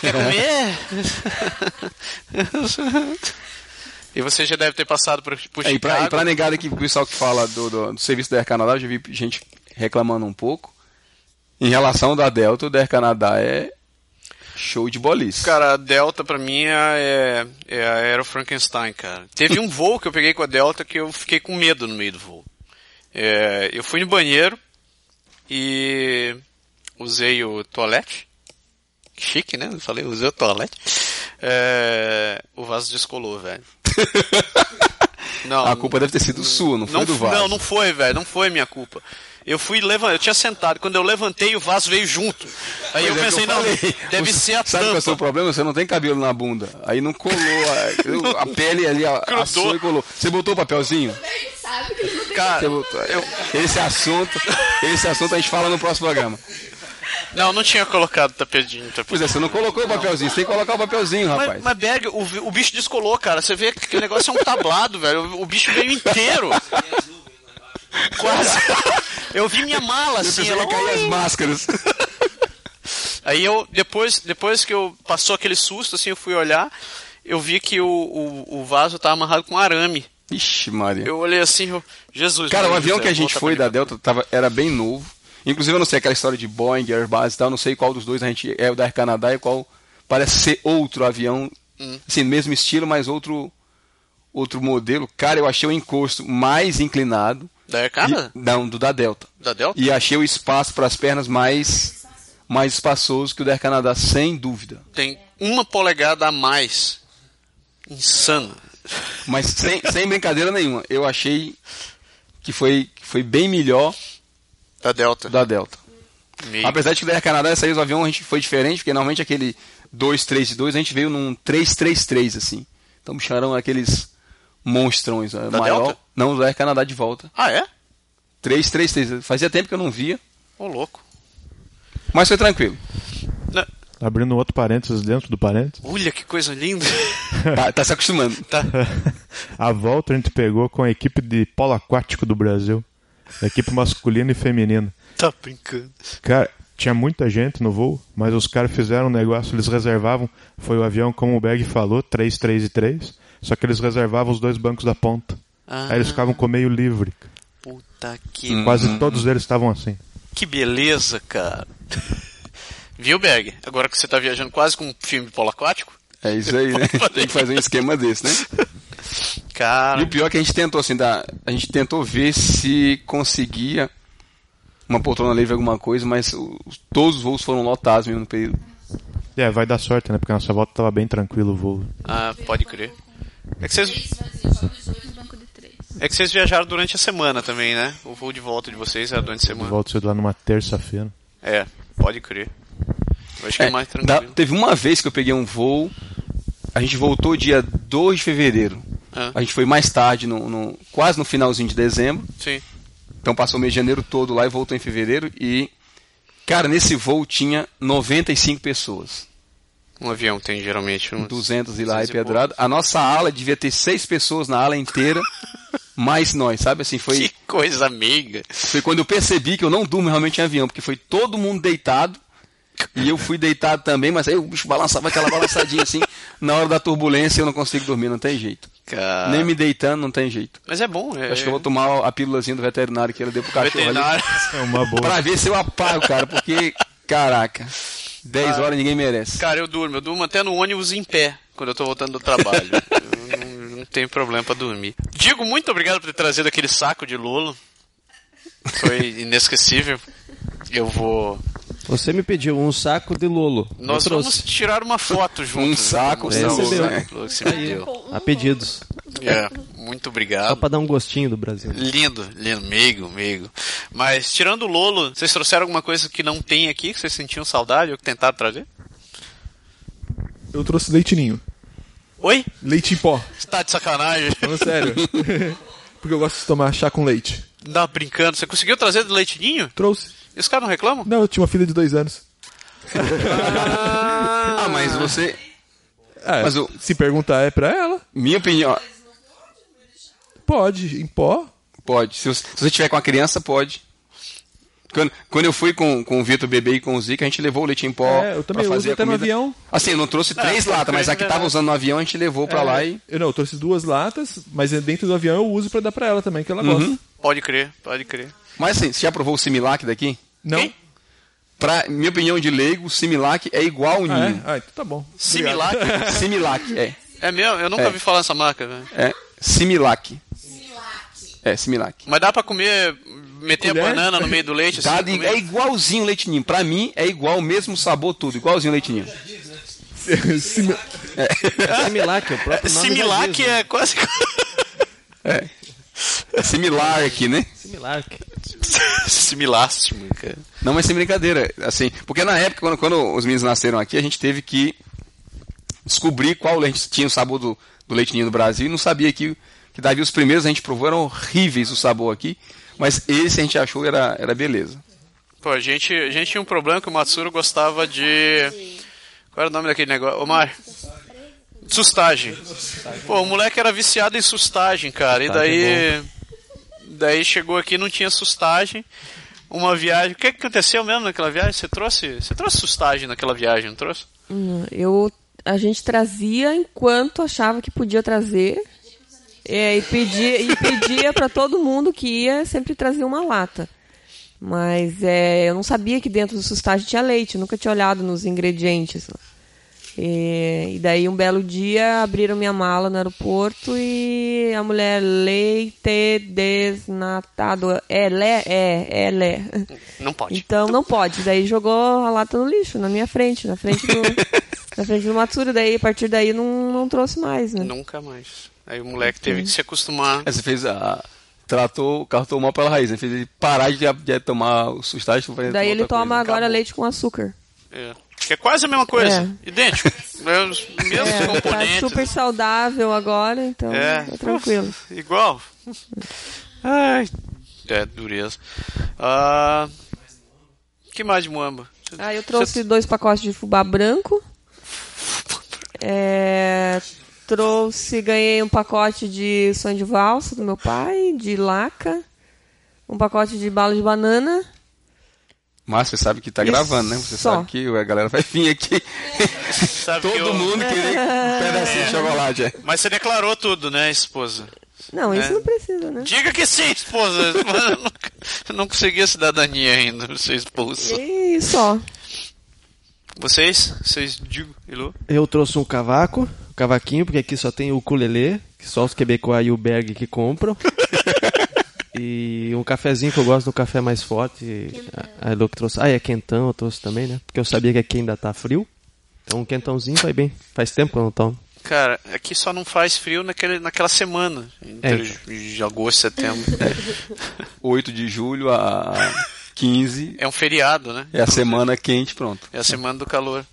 S1: Quer
S2: [LAUGHS]
S1: comer? [LAUGHS] e você já deve ter passado por, por
S2: É, e, pra,
S1: Chicago.
S2: e pra negada aqui, o pessoal que fala do, do, do serviço da Air Canadá, eu já vi gente reclamando um pouco. Em relação da Delta, o da Air Canadá é show de bolis.
S1: Cara, a Delta pra mim é, é a Aero Frankenstein, cara. Teve um voo que eu peguei com a Delta que eu fiquei com medo no meio do voo. É, eu fui no banheiro e usei o toalete. Que Chique, né? Eu falei, usei o toalete. É, o vaso descolou,
S2: [LAUGHS]
S1: velho. Não,
S2: a culpa deve ter sido sua, não foi do
S1: f-
S2: VAR.
S1: Não, não foi, velho. Não foi minha culpa. Eu fui levantar, eu tinha sentado. Quando eu levantei, o vaso veio junto. Aí
S2: é
S1: eu pensei, não, deve ser a
S2: Sabe qual é o seu
S1: tampa.
S2: problema? Você não tem cabelo na bunda. Aí não colou. A, eu- a pele ali a-
S1: Grudou.
S2: assou e colou. Você botou o papelzinho?
S1: Cara,
S2: Você botou.
S1: eu-
S2: Esse é assunto, esse é assunto a gente fala no próximo programa.
S1: não, não tinha colocado tapedinho. tapedinho.
S2: Pois é, você não colocou o papelzinho. Você tem que colocar o papelzinho,
S1: Mas,
S2: rapaz.
S1: mas Berg, o, vi- o bicho descolou, cara. Você vê que aquele negócio é um tablado, velho. O, o bicho veio inteiro. [LAUGHS] Quase. Eu vi minha mala,
S2: Eu
S1: assim.
S2: pensei
S1: Ela,
S2: que cair as
S1: "Oi".
S2: máscaras.
S1: Aí eu, depois, depois que eu passou aquele susto, assim, eu fui olhar, eu vi que o, o, o vaso tava amarrado com arame.
S2: Ixi, Maria.
S1: Eu olhei assim, eu, Jesus.
S2: Cara, o
S1: meu
S2: avião
S1: Deus,
S2: que a
S1: eu vou
S2: gente
S1: voltar
S2: foi
S1: pra
S2: da
S1: mim.
S2: Delta tava, era bem novo. Inclusive, eu não sei aquela história de Boeing, Airbus e tal, não sei qual dos dois a gente é o da Air Canadá e qual parece ser outro avião, assim, mesmo estilo, mas outro outro modelo. Cara, eu achei o encosto mais inclinado.
S1: Da Air Canada?
S2: E, não, do da Delta.
S1: É, Da Delta?
S2: E achei o espaço para as pernas mais mais espaçoso que o da Air Canadá, sem dúvida.
S1: Tem uma polegada a mais. Insano.
S2: Mas sem, sem brincadeira nenhuma, eu achei que foi, que foi bem melhor
S1: Da Delta.
S2: da Delta.
S1: Meio.
S2: Apesar de que da Canadá essa aí os aviões a gente foi diferente, porque normalmente aquele 2-3-2 a gente veio num 3-3-3 assim. Então bicharam aqueles monstrões. né?
S1: Da
S2: maior.
S1: Delta?
S2: Não, da Air Canadá de volta.
S1: Ah, é?
S2: 3-3-3. Fazia tempo que eu não via,
S1: Ô, louco.
S2: mas foi tranquilo.
S1: Na-
S8: Abrindo outro parênteses dentro do parênteses. [LAUGHS]
S1: Olha que coisa linda. [LAUGHS]
S2: Tá, tá se acostumando.
S1: Tá.
S8: A volta a gente pegou com a equipe de polo aquático do Brasil. Equipe masculina e feminina.
S1: Tá brincando.
S8: Cara, tinha muita gente no voo, mas os caras fizeram um negócio, eles reservavam, foi o avião, como o Berg falou, 3, 3 e 3, só que eles reservavam os dois bancos da ponta.
S1: Ah.
S8: Aí eles ficavam com o meio livre.
S1: Puta que.
S2: Hum.
S3: Uhum.
S8: Quase todos eles estavam assim.
S1: Que beleza, cara. Viu, Berg? Agora que você tá viajando quase com um filme polo aquático?
S2: É isso
S1: [LAUGHS]
S2: aí, né? Tem que fazer um esquema desse, né? E o
S1: Cara.
S2: pior é que a gente tentou, assim, da, a gente tentou ver se conseguia uma poltrona livre, alguma coisa, mas o- todos os voos foram lotados mesmo no período.
S8: É, vai dar sorte, né? Porque a nossa volta tava bem tranquilo o voo.
S1: Ah, pode crer. É que vocês. É que vocês viajaram durante a semana também, né? O voo de volta de vocês era durante a
S8: De
S3: Uhum.
S1: semana.
S8: volta saiu de lá numa terça-feira.
S1: É, pode crer. Eu acho que é,
S2: É,
S1: mais
S2: da-
S1: tranquilo.
S2: teve uma vez que eu peguei um voo, a gente voltou dia 2 de fevereiro.
S1: Ah.
S2: A gente foi mais tarde, no, no- quase no finalzinho de dezembro.
S1: Sim.
S2: Então passou o mês de janeiro todo lá e voltou em fevereiro. E, cara, nesse voo tinha 95 pessoas.
S1: Um avião tem geralmente um uns.
S2: 200 e lá e
S1: 200 e
S2: pedrada. A nossa ala devia ter seis pessoas na
S1: [LAUGHS]
S2: ala inteira, mais nós, sabe? Assim, foi.
S1: Que coisa meiga.
S2: Foi quando eu percebi que eu não durmo realmente em avião, porque foi todo mundo deitado. E eu fui deitado também, mas aí o bicho balançava aquela balançadinha assim. Na hora da turbulência eu não consigo dormir, não tem jeito.
S1: Cara.
S2: Nem me deitando, não tem jeito.
S1: Mas é bom, é.
S2: Acho que eu vou tomar a pílulazinha do veterinário que ele deu pro cachorro
S1: veterinário. [LAUGHS]
S8: É uma
S2: ali.
S8: boa.
S2: Pra ver se eu apago, cara, porque, caraca, 10 horas ninguém merece.
S1: Cara, eu durmo. Eu durmo até no ônibus em pé, quando eu tô voltando do
S2: [LAUGHS]
S1: trabalho. eu não, não tenho problema pra dormir. Diego, muito obrigado por ter trazido aquele saco de Lolo. Foi inesquecível. Eu vou.
S4: Você me pediu um saco de lolo. Eu
S1: Nós vamos
S4: trouxe.
S1: tirar uma foto juntos.
S2: Um saco,
S1: né?
S4: não,
S1: Você
S4: né?
S1: deu, você me deu.
S4: A pedidos.
S1: É, muito
S4: Só
S1: obrigado.
S4: pra dar um gostinho do Brasil.
S1: Lindo, lindo, meigo, meigo. Mas tirando o Lolo, vocês trouxeram alguma coisa que não tem aqui, que vocês sentiam saudade ou que tentaram trazer?
S3: Eu trouxe leitinho.
S1: Oi?
S3: Leite em pó.
S1: Você tá de sacanagem?
S3: Falando sério. Porque eu gosto de tomar chá com leite.
S1: Não, brincando. Você conseguiu trazer do leitinho?
S3: Trouxe.
S1: Esse cara não reclamam?
S3: Não, eu tinha uma filha de dois anos.
S2: Ah, mas você.
S3: É,
S2: Mas o-
S3: se perguntar é pra ela.
S2: Minha opinião.
S3: Pode, em pó.
S2: Pode. Se você, se você tiver com a criança, pode. Quando, quando eu fui com, com o Vitor Bebê e com o Zica, a gente levou o leite em pó.
S3: É, eu também
S2: pra
S3: uso
S2: fazer a
S3: até no
S2: comida.
S3: avião.
S2: Assim, eu não trouxe três latas, mas a que tava usando no avião a gente levou
S3: É.
S2: pra lá e.
S3: Eu não, eu trouxe duas latas, mas dentro do avião eu uso pra dar pra ela também, que ela
S2: Uhum.
S3: gosta.
S1: Pode crer, pode crer.
S2: Mas assim, você já provou o Similac daqui?
S3: Não?
S1: Quem?
S2: Pra minha opinião de leigo, o Similac é igual o
S3: Ah,
S2: Ninho.
S3: é? Ah, então tá bom.
S1: Similac.
S2: Similac, é.
S1: É mesmo? Eu nunca
S2: É.
S1: ouvi falar nessa marca, velho.
S2: É. Similac. É, Similac.
S1: Mas dá pra comer, meter
S3: Colher?
S1: a banana no meio do leite, assim?
S2: Dá de-
S1: comer?
S2: é igualzinho o leitinho. Pra mim, é igual, o mesmo sabor, tudo. Igualzinho o leitinho.
S3: Simi-
S4: Similac, o próprio nome. já diz,
S1: Similac
S4: né?
S1: é quase... [LAUGHS]
S2: É similar aqui, né?
S4: Similac.
S1: Similástimo, cara.
S2: Não, mas sem brincadeira, assim, porque na época, quando, quando os meninos nasceram aqui, a gente teve que descobrir qual leite tinha o sabor do, do leite ninho do Brasil e não sabia que, que Davi, os primeiros a gente provou eram horríveis o sabor aqui, mas esse a gente achou era, era beleza.
S1: Pô, a gente, a gente tinha um problema que o Matsuro gostava de. Qual era o nome daquele negócio? Omar? Sustagem. Pô, o moleque era viciado em sustagem, cara. E
S4: Sustagem
S1: daí. Daí chegou aqui não tinha sustagem. Uma viagem. O que que aconteceu mesmo naquela viagem? Você trouxe. Você trouxe sustagem naquela viagem, não trouxe?
S6: Hum, Eu, a gente trazia enquanto achava que podia trazer. É, e pedia, e pedia para todo mundo que ia, sempre trazia uma lata. Mas é, eu não sabia que dentro do sustagem tinha leite, eu nunca tinha olhado nos ingredientes. É, e daí, um belo dia, abriram minha mala no aeroporto e a mulher, leite desnatado. É, lé, é, é, lé.
S1: Não pode.
S6: Então não pode. Daí jogou a lata no lixo, na minha frente, na frente do, na frente do Matsuri. Daí, a partir daí, não, não trouxe mais, né?
S1: Nunca mais. Aí o moleque teve que se acostumar.
S2: Aí você fez a. Tratou, cartou mal pela raiz, né? Fez ele parar de, de tomar o sustagem. pra tomar
S6: daí ele
S2: outra
S6: toma
S2: coisa.
S6: agora
S2: Acabou.
S6: leite com açúcar.
S1: É. Que é quase a mesma coisa. Idêntico. Mesmos, mesmos
S6: É, tá
S1: componentes.
S6: super saudável agora, então
S1: É.
S6: tá tranquilo.
S1: Nossa, Igual. Ai, é dureza. Ah, que mais de muamba?
S6: Ah, eu trouxe dois pacotes de fubá branco. É, trouxe, ganhei um pacote de sonho de valsa do meu pai, de laca, um pacote de bala de banana.
S2: Mas você sabe que tá
S6: Isso.
S2: gravando, né? Você sabe que a galera vai vir aqui.
S1: Sabe que eu-
S2: Todo mundo querer um pedacinho de chocolate. é.
S1: Mas você declarou tudo, né, esposa?
S6: Não, isso
S1: É.
S6: não precisa, né?
S1: Diga que sim, esposa. [LAUGHS] Eu não- eu não consegui a cidadania ainda, pra ser expulso.
S6: E só.
S1: Vocês? Vocês, digo, Elô?
S4: Eu trouxe um cavaco, um cavaquinho, porque aqui só tem o ukulele, que só os quebecois e o Berg que
S3: [LAUGHS]
S4: compram. e um cafezinho que eu gosto do café mais forte. A a Elô que trouxe. Ah, é quentão, eu trouxe também, né? Porque eu sabia que aqui ainda tá frio. Então um quentãozinho vai bem. Faz tempo que eu não tomo.
S1: Cara, aqui só não faz frio naquele, naquela semana, entre de agosto e setembro.
S2: 8 de julho a 15
S1: É um feriado, né?
S2: é a semana quente, pronto.
S1: É a semana do calor.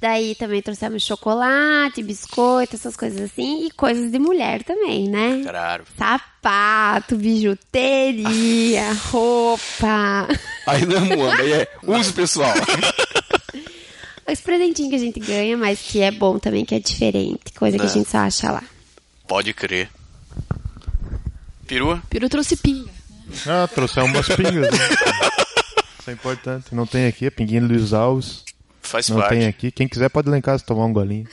S5: Daí também trouxemos chocolate, biscoito, essas coisas assim. E coisas de mulher também, né?
S1: Claro.
S5: Sapato,
S1: [LAUGHS]
S5: bijuteria, roupa.
S2: Aí não é Moamba, aí é uso pessoal.
S5: Os presentinhos que a gente ganha, mas que é bom também, que é diferente. Coisa que a
S1: Né.
S5: gente só acha lá.
S1: Pode crer. Perua?
S7: Peru trouxe pinga.
S8: Ah, trouxeram umas pingas.
S3: [LAUGHS]
S8: né? Isso é importante. Não tem aqui, é pinguinha Luiz Alves.
S1: Faz
S8: Não
S1: parte.
S8: tem aqui. Quem quiser pode ir lá em casa tomar um golinho.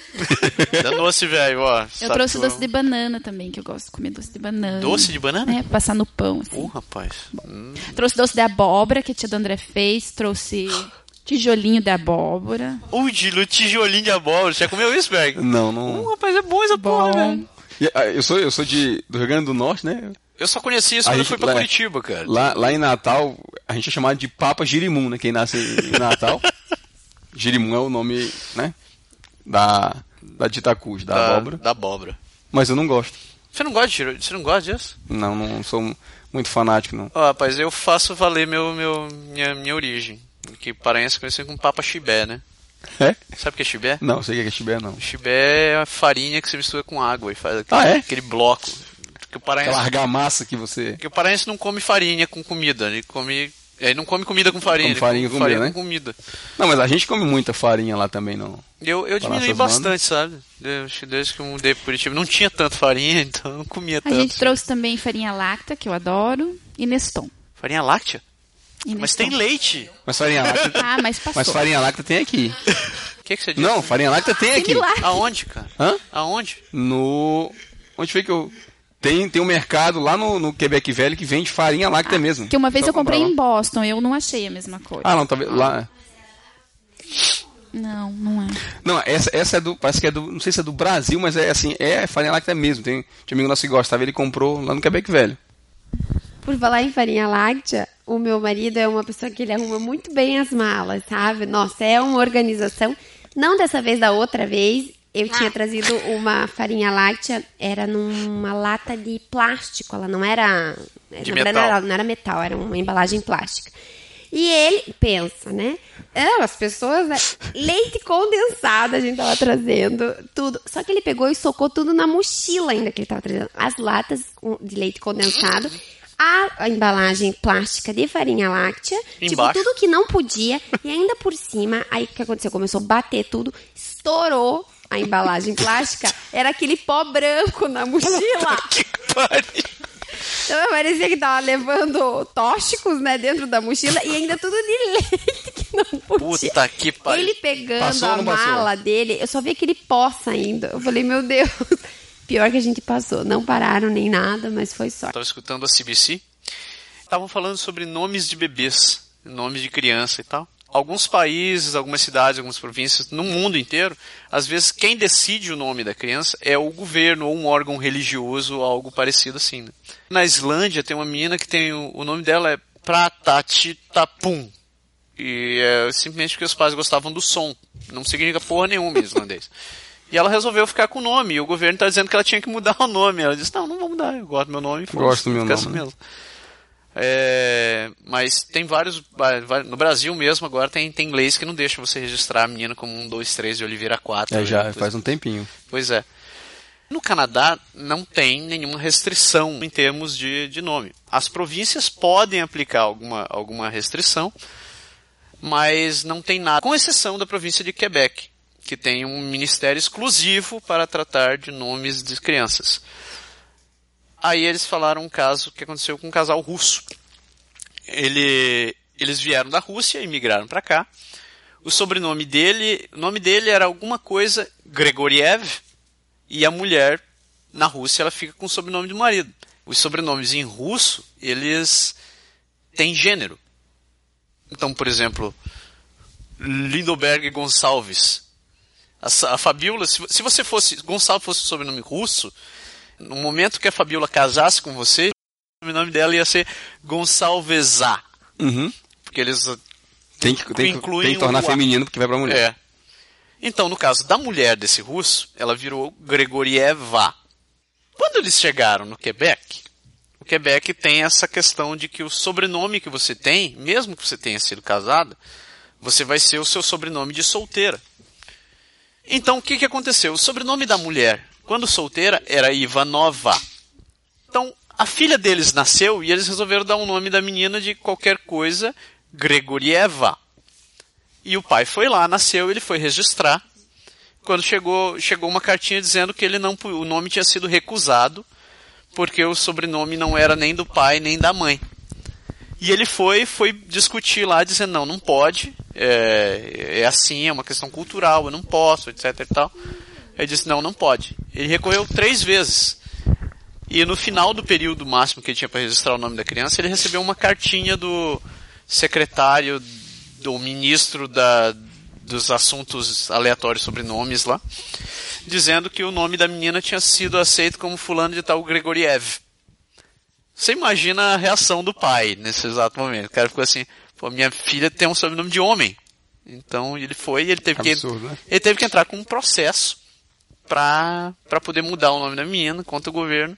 S1: Da doce, velho, ó.
S7: Eu
S1: Sabe
S7: trouxe
S1: tu-
S7: doce de banana também, que eu gosto de comer doce de banana.
S1: Doce de Uhum. banana?
S7: É, passar no pão. assim.
S1: Ô, rapaz.
S7: Trouxe doce de abóbora, que a tia do André fez. Trouxe tijolinho de abóbora.
S1: Ô, Dilo, tijolinho de abóbora. Você já comeu isso, velho?
S2: Não,
S1: Ô,
S2: não.
S1: rapaz, é bom essa porra,
S7: Bom.
S1: velho.
S2: E, ah, Eu sou, eu sou de, do Rio Grande do Norte, né?
S1: Eu só conheci isso
S2: A
S1: quando eu
S2: gente-
S1: fui pra
S2: lá-
S1: Curitiba, cara.
S2: Lá, lá em Natal, a gente é chamado de Papa Girimum, né? Quem nasce em Natal. Girimum é o nome, né? Da, da ditacuz, da,
S1: da
S2: abóbora.
S1: da abóbora.
S2: Mas eu não gosto.
S1: Você não gosta de giro- Você não gosta disso?
S2: Não, não sou muito fanático, não.
S1: Ó, rapaz, eu faço valer meu, meu, minha, minha origem. Que paraense conhecido como Papa Chibé, né?
S2: É?
S1: Sabe o que é chibé?
S2: Não, sei o que é chibé, não.
S1: Chibé é a farinha que você mistura com água e faz aquele,
S2: Ah, é?
S1: aquele bloco. Que o
S2: Aquela
S1: paraense,
S2: argamassa que você...
S1: que o paraense não come farinha com comida, ele come. Ele não come comida com farinha,
S2: Come
S1: ele
S2: farinha
S1: come
S2: com
S1: farinha
S2: comida, né?
S1: com comida.
S2: Não, mas a gente come muita farinha lá também, não.
S1: Eu, eu
S2: Tá lá
S1: diminuí
S2: essas bandas.
S1: bastante, sabe? Eu, acho que desde que eu mudei pro Curitiba, não tinha tanto farinha, [LAUGHS] então eu não comia
S7: A
S1: tanto.
S7: gente trouxe também farinha lacta, que eu adoro, e Neston.
S1: Farinha láctea?
S7: E
S1: Mas
S7: Neston.
S1: tem leite. né?
S2: Mas farinha lacta...
S7: [LAUGHS] Ah, mas passou.
S2: mas farinha lacta tem aqui.
S1: O que, que você disse?
S2: Não, farinha lacta tem
S7: Tem
S2: aqui.
S7: milagre.
S1: Aonde, cara?
S2: Hã?
S1: Aonde?
S2: No... Onde foi que eu... Tem, tem um mercado lá no, no Quebec Velho que vende farinha lacta mesmo.
S7: Ah, Que uma vez
S2: Só
S7: eu comprei
S2: comprar
S7: em
S2: lá.
S7: Boston, eu não achei a mesma coisa.
S2: Ah, não, talvez... Lá...
S7: Não, não é.
S2: Não, essa, essa é do. Parece que é do. Não sei se é do Brasil, mas é assim, é farinha lacta mesmo. Tem, tinha um amigo nosso que gostava, ele comprou lá no Quebec Velho.
S5: Por falar em farinha láctea, o meu marido é uma pessoa que ele arruma muito bem as malas, sabe? Nossa, é uma organização. Não dessa vez, da outra vez, eu tinha trazido uma farinha láctea, era numa lata de plástico, ela não era. é,
S1: De
S5: na verdade,
S1: metal.
S5: ela não era metal, era uma embalagem plástica. E ele pensa, né? Ah, as pessoas, né? leite condensado a gente tava trazendo, tudo. Só que ele pegou e socou tudo na mochila ainda que ele tava trazendo. As latas com- de leite condensado, a, a embalagem plástica de farinha láctea,
S1: Embaixo.
S5: tipo tudo que não podia e ainda por cima, aí o que aconteceu? Começou a bater tudo, estourou a embalagem plástica, era aquele pó branco na mochila. Então parecia que tava levando tóxicos, né, dentro da mochila e ainda tudo de leite que não podia.
S1: Puta que pariu.
S5: Ele pegando
S2: Passou ou
S5: a
S2: não passou?
S5: mala dele, eu só vi aquele pó saindo. Eu falei, meu Deus. [LAUGHS] Pior que a gente passou. Não pararam nem nada, mas foi só.
S1: Tava escutando a CBC. Estavam falando sobre nomes de bebês, nomes de criança e tal. Alguns países, algumas cidades, algumas províncias, no mundo inteiro, às vezes quem decide o nome da criança é o governo ou um órgão religioso ou algo parecido assim. né? Na Islândia tem uma menina que tem o, o nome dela é Pratatitapum. E é simplesmente porque os pais gostavam do som. Não significa porra nenhuma em
S2: [LAUGHS]
S1: islandês. E ela resolveu ficar com o nome. E o governo tá dizendo que ela tinha que mudar [LAUGHS] o nome. Ela disse: Não, não vou mudar. Eu gosto do meu nome. foda-se,
S2: Gosto do meu
S1: fica assim
S2: nome, né?
S1: mesmo. É, mas tem vários. vai- vai- No Brasil mesmo, agora tem, tem leis que não deixam você registrar a menina como 1, 2, 3 de Oliveira né? 4.
S2: É, já faz um tempinho.
S1: Pois é. No Canadá não tem nenhuma restrição em termos de, de nome. As províncias podem aplicar alguma, alguma restrição, mas não tem nada, com exceção da província de Quebec, que tem um ministério exclusivo para tratar de nomes de crianças. Aí eles falaram um caso que aconteceu com um casal russo. Ele, eles vieram da Rússia e migraram para cá. O sobrenome dele, o nome dele era alguma coisa Gregoriev, e a mulher na Rússia ela fica com o sobrenome do marido. Os sobrenomes em russo, eles têm gênero. Então, por exemplo, Lindoberg Gonçalves. A, Sa- a Fabiola, se, vo- se você fosse, Gonçalves fosse o sobrenome russo, no momento que a Fabiola casasse com você, o sobrenome dela ia ser Gonçalvesá,
S2: Uhum.
S1: porque eles
S2: Tem que, tem, que-
S1: Inclui
S2: tem que tornar
S1: o-
S2: feminino porque vai pra mulher.
S1: é. Então, no caso da mulher desse russo, ela virou Gregorieva. Quando eles chegaram no Quebec, o Quebec tem essa questão de que o sobrenome que você tem, mesmo que você tenha sido casada, você vai ser o seu sobrenome de solteira. Então, o que, que aconteceu? O sobrenome da mulher, quando solteira, era Ivanova. Então, a filha deles nasceu e eles resolveram dar o nome da menina de qualquer coisa, Gregorieva. E o pai foi lá, nasceu, ele foi registrar. Quando chegou, chegou uma cartinha dizendo que ele não, pu- o nome tinha sido recusado, porque o sobrenome não era nem do pai nem da mãe. E ele foi, foi discutir lá, dizendo não, não pode, é, é assim, é uma questão cultural, eu não posso, etc e tal. Ele disse não, não pode. Ele recorreu três vezes. E no final do período máximo que ele tinha para registrar o nome da criança, ele recebeu uma cartinha do secretário, do ministro da, dos assuntos aleatórios sobre nomes lá, dizendo que o nome da menina tinha sido aceito como fulano de tal Gregoriev. Você imagina a reação do pai nesse exato momento. O cara ficou assim, pô, minha filha tem um sobrenome de homem. Então ele foi e ele teve que
S2: Absurdo, né?
S1: ele teve que entrar com um processo pra pra poder mudar o nome da menina contra o governo.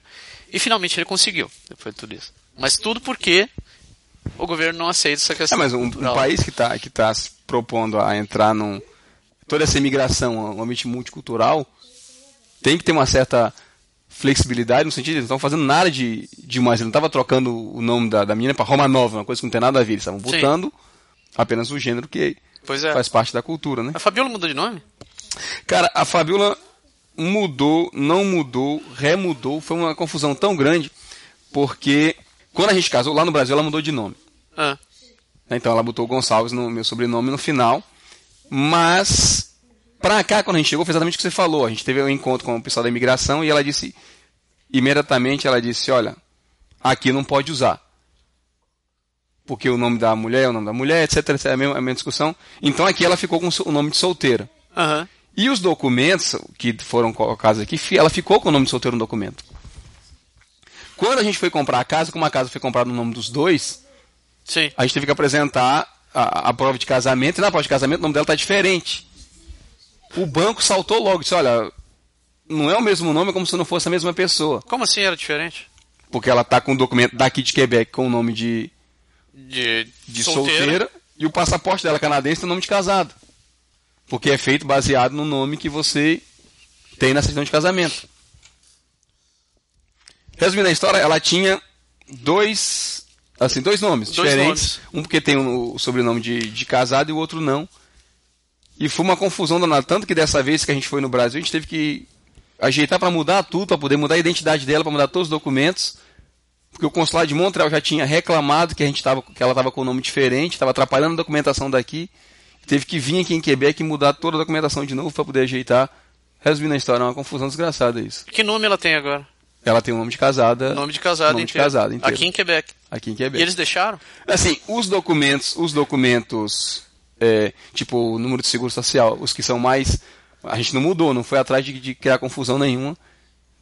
S1: E finalmente ele conseguiu, depois de tudo isso. Mas tudo porque o governo não aceita essa
S2: É,
S1: questão.
S2: mas um, um
S1: cultural.
S2: país que está que tá se propondo a entrar num. toda essa imigração a um ambiente multicultural tem que ter uma certa flexibilidade no sentido de eles não estão fazendo nada de demais. Eles não estavam trocando o nome da, da menina para Roma Nova, uma coisa que não tem nada a ver. Eles estavam
S1: Sim.
S2: botando apenas o gênero que
S1: Pois é.
S2: faz parte da cultura, né?
S1: A Fabiola mudou de nome?
S2: Cara, a Fabiola mudou, não mudou, remudou. Foi uma confusão tão grande porque quando a gente casou lá no Brasil ela mudou de nome.
S1: Ah,
S2: Né, Então ela botou Gonçalves no meu sobrenome no final. Mas pra cá, quando a gente chegou, foi exatamente o que você falou. A gente teve um encontro com o pessoal da imigração e ela disse, imediatamente ela disse, olha, aqui não pode usar. Porque o nome da mulher é o nome da mulher, etc. etc é a mesma, a mesma discussão. Então aqui ela ficou com o so- o nome de solteira.
S1: aham.
S2: E os documentos que foram colocados aqui, fi- ela ficou com o nome de solteiro no documento. Quando a gente foi comprar a casa, como a casa foi comprada no nome dos dois,
S1: Sim.
S2: a gente teve que apresentar a, a prova de casamento, e na prova de casamento o nome dela tá diferente. O banco saltou logo, disse, olha, não é o mesmo nome, é como se não fosse a mesma pessoa.
S1: Como assim era diferente?
S2: Porque ela tá com o documento daqui de Quebec com o nome de,
S1: De,
S2: de solteira. e o passaporte dela canadense tem o nome de casado. Porque é feito baseado no nome que você tem na certidão de casamento. Resumindo a história, ela tinha dois, assim, dois nomes
S1: Dois
S2: diferentes. Um porque tem o sobrenome de, de casado e o outro não. E foi uma confusão danada. Tanto que dessa vez que a gente foi no Brasil, a gente teve que ajeitar para mudar tudo, para poder mudar a identidade dela, para mudar todos os documentos. Porque o consulado de Montreal já tinha reclamado que, a gente tava, que ela estava com o nome diferente, estava atrapalhando a documentação daqui. Teve que vir aqui em Quebec e mudar toda a documentação de novo para poder ajeitar. Resumindo a história, é uma confusão desgraçada isso.
S1: Que nome ela tem agora?
S2: Ela tem o nome de casada.
S1: Nome de casado
S2: Ah, nome de
S1: inteiro.
S2: casada inteiro.
S1: Aqui em Quebec.
S2: aqui em Quebec.
S1: E eles deixaram?
S2: Assim, os documentos, os documentos, é, tipo o número de seguro social, os que são mais. A gente não mudou, não foi atrás de, de criar confusão nenhuma.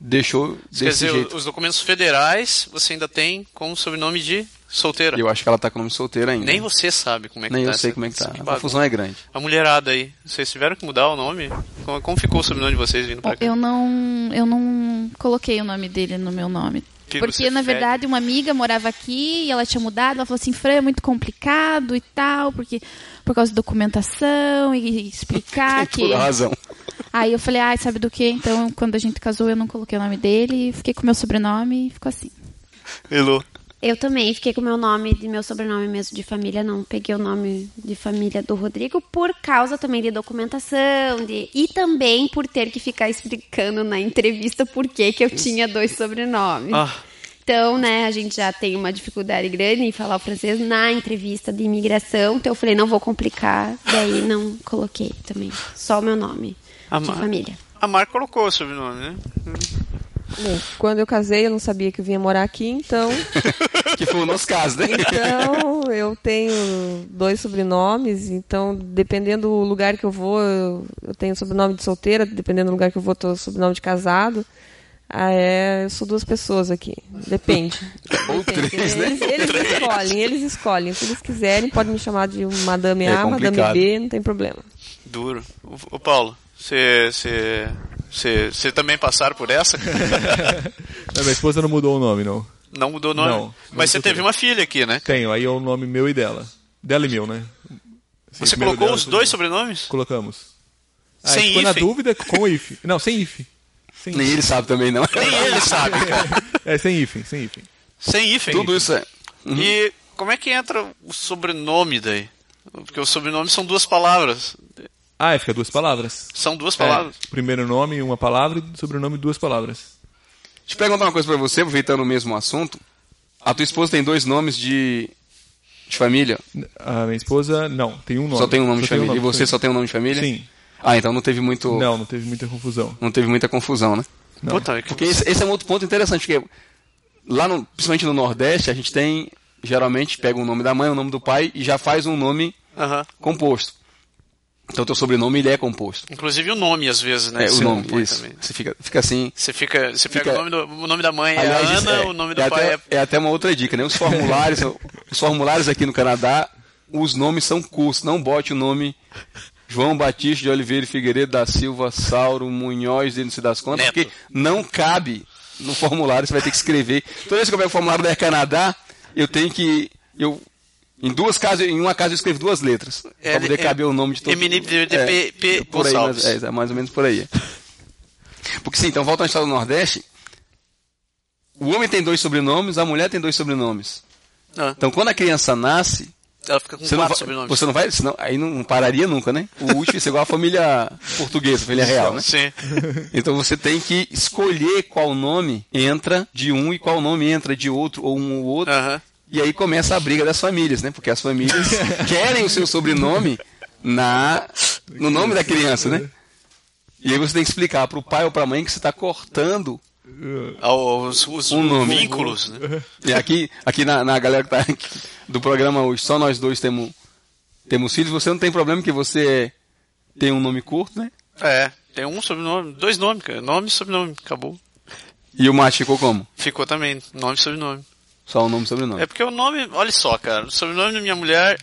S2: Deixou desse
S1: Quer dizer,
S2: jeito.
S1: os documentos federais você ainda tem com o sobrenome de solteira.
S2: Eu acho que ela tá com o nome solteiro ainda.
S1: Nem você sabe como é que
S2: Nem
S1: tá.
S2: eu sei
S1: essa-
S2: como é que tá.
S1: essa
S2: A
S1: bagunça.
S2: confusão é grande.
S1: A mulherada aí, vocês tiveram que mudar o nome? Como, como ficou o sobrenome de vocês vindo pra cá?
S7: Eu não, eu não coloquei o nome dele no meu nome.
S1: Que você
S7: Porque, na
S1: fede.
S7: verdade, uma amiga morava aqui e ela tinha mudado. Ela falou assim, Fran, é muito complicado e tal, porque por causa de documentação e
S2: [LAUGHS]
S7: explicar que...
S2: Por razão.
S7: Aí eu falei, ai, sabe do que? Então, quando a gente casou, eu não coloquei o nome dele, fiquei com o meu sobrenome e ficou assim.
S1: Elu.
S5: Eu também fiquei com o meu nome, de meu sobrenome mesmo de família, não peguei o nome de família do Rodrigo por causa também de documentação, de e também por ter que ficar explicando na entrevista por que que eu tinha dois sobrenomes.
S1: Ah.
S5: Então, né, a gente já tem uma dificuldade grande em falar o francês na entrevista de imigração, então eu falei, não vou complicar, daí não coloquei também, só o meu nome
S1: Ah,
S5: de
S1: mas-
S5: família.
S1: A Mar colocou o sobrenome, né?
S6: Bom, quando eu casei, eu não sabia que eu vinha morar aqui, então.
S2: Que foi o nosso caso, né?
S6: Então, eu tenho dois sobrenomes, então, dependendo do lugar que eu vou, eu, eu tenho sobrenome de solteira, dependendo do lugar que eu vou, eu tô sobrenome de casado. Ah, é, eu sou duas pessoas aqui. Depende.
S2: Ou três, né?
S6: Eles, eles escolhem, eles escolhem. Se eles quiserem, podem me chamar de Madame
S2: É
S6: A, Madame
S2: complicado.
S6: B, não tem problema.
S1: Duro. Ô, ô, Paulo, você. Você. Você você também passaram por
S2: [LAUGHS]
S1: essa?
S3: Não, É, minha esposa não mudou o nome, não.
S1: Não mudou o nome.
S3: Não, não
S1: Mas você
S3: mudou.
S1: teve uma filha aqui, né?
S3: Tenho, aí é o nome meu e dela. Dela e meu, né? Assim,
S1: Você
S3: primeiro
S1: colocou
S3: dela,
S1: os
S3: segundo
S1: dois
S3: meu.
S1: sobrenomes?
S3: Colocamos. Aí
S1: Sem
S3: ficou na
S1: hífen?
S3: dúvida com o if. Não, sem if. Sem
S2: Nem ele sabe também, não.
S1: Nem ele sabe, cara.
S3: É, sem hífen, sem hífen.
S1: Sem hífen.
S2: Tudo isso é.
S1: E como é que entra o sobrenome daí? Porque o sobrenome são duas palavras.
S3: Ah, é, fica duas palavras.
S1: São duas palavras.
S3: É, primeiro nome, uma palavra, e sobrenome, duas palavras.
S2: Deixa eu perguntar uma coisa pra você, aproveitando o mesmo assunto. A tua esposa tem dois nomes de, de família?
S3: A minha esposa, não, tem um nome.
S2: Só tem um nome de
S3: tem um
S2: família. e você
S3: sim.
S2: só tem um nome de família?
S3: Sim.
S2: Ah, então não teve muito.
S3: Não, não teve muita confusão.
S2: não teve muita confusão, né?
S3: Não.
S1: Puta, que...
S2: Porque esse, esse é um outro ponto interessante, porque lá, no, principalmente no Nordeste, a gente tem, geralmente, pega o nome da mãe, o nome do pai e já faz um nome
S1: Aham.
S2: composto. Então teu sobrenome ele é composto.
S1: Inclusive o nome, às vezes, né?
S2: É, o
S1: se
S2: nome,
S1: compõe
S2: isso.
S1: também.
S2: Você fica, fica assim.
S1: Você fica. Você pega
S2: Fica-
S1: o nome do. O nome da mãe é
S2: Aliás, isso
S1: Ana, o nome do
S2: é
S1: pai
S2: até, é até uma outra dica, né? Os formulários, os formulários aqui no Canadá, os nomes são curtos. Não bote o nome João Batista de Oliveira e Figueiredo da Silva, Sauro, Munhoz, e não se das contas,
S1: Neto.
S2: porque não cabe no formulário, você vai ter que escrever. Toda vez que eu pego o formulário da Air Canadá, eu tenho que. Eu, em duas casas, em uma casa eu escrevo duas letras.
S1: é.
S2: para poder
S1: L-
S2: caber o nome de todo
S1: MNPP P.
S2: por aí,
S1: Gonçalves.
S2: mais, é, é mais ou menos por aí. Porque sim, então volta à história do Nordeste. O homem tem dois sobrenomes, a mulher tem dois sobrenomes.
S1: Ah,
S2: Então quando a criança nasce,
S1: ela fica com
S2: você não,
S1: Um quatro
S2: vai,
S1: sobrenomes.
S2: você não vai, senão, aí não pararia nunca, né? O último ia ser igual a família portuguesa, família real, né?
S1: Sim.
S2: Então você tem que escolher qual nome entra de um e qual nome entra de outro ou um ou outro.
S1: Aham.
S2: E aí começa a briga das famílias, né? Porque as [LAUGHS] famílias querem o seu sobrenome na no nome da criança, né? E aí você tem que explicar pro pai ou pra mãe que você está cortando.
S1: Ah, Os, os
S2: Um nome.
S1: vínculos, né?
S2: E aqui, aqui na, na galera que tá aqui do programa hoje, só nós dois temos temos filhos. Você não tem problema que você tem um nome curto, né?
S1: É. Tem um sobrenome, dois nomes, cara. Nome e sobrenome. Acabou.
S2: E o Mate ficou como?
S1: Ficou também, nome e sobrenome.
S2: Só o nome e sobrenome.
S1: É porque o nome, olha só, cara, o sobrenome da minha mulher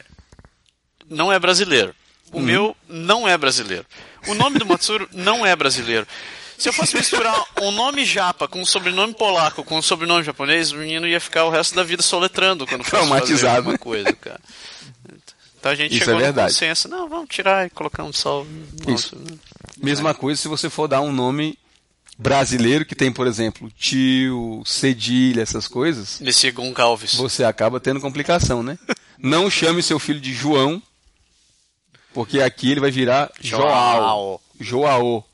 S1: não é brasileiro.
S2: Uhum.
S1: O meu não é brasileiro. O nome do Matsuro [LAUGHS] não é brasileiro. Se eu fosse misturar um nome japa com um sobrenome polaco com um sobrenome japonês, o menino ia ficar o resto da vida soletrando quando fosse fazer
S2: Traumatizado.
S1: alguma coisa, cara. Então a gente
S2: Isso
S1: chegou
S2: é verdade.
S1: no consenso. Não, vamos tirar e colocar um sol. né,
S2: Isso. Mesma coisa se você for dar um nome brasileiro que tem, por exemplo, tio, cedilha, essas coisas,
S1: Nesse Goncalves.
S2: você acaba tendo complicação, né? Não chame seu filho de João, porque aqui ele vai virar João,
S1: Joao.
S2: Joao.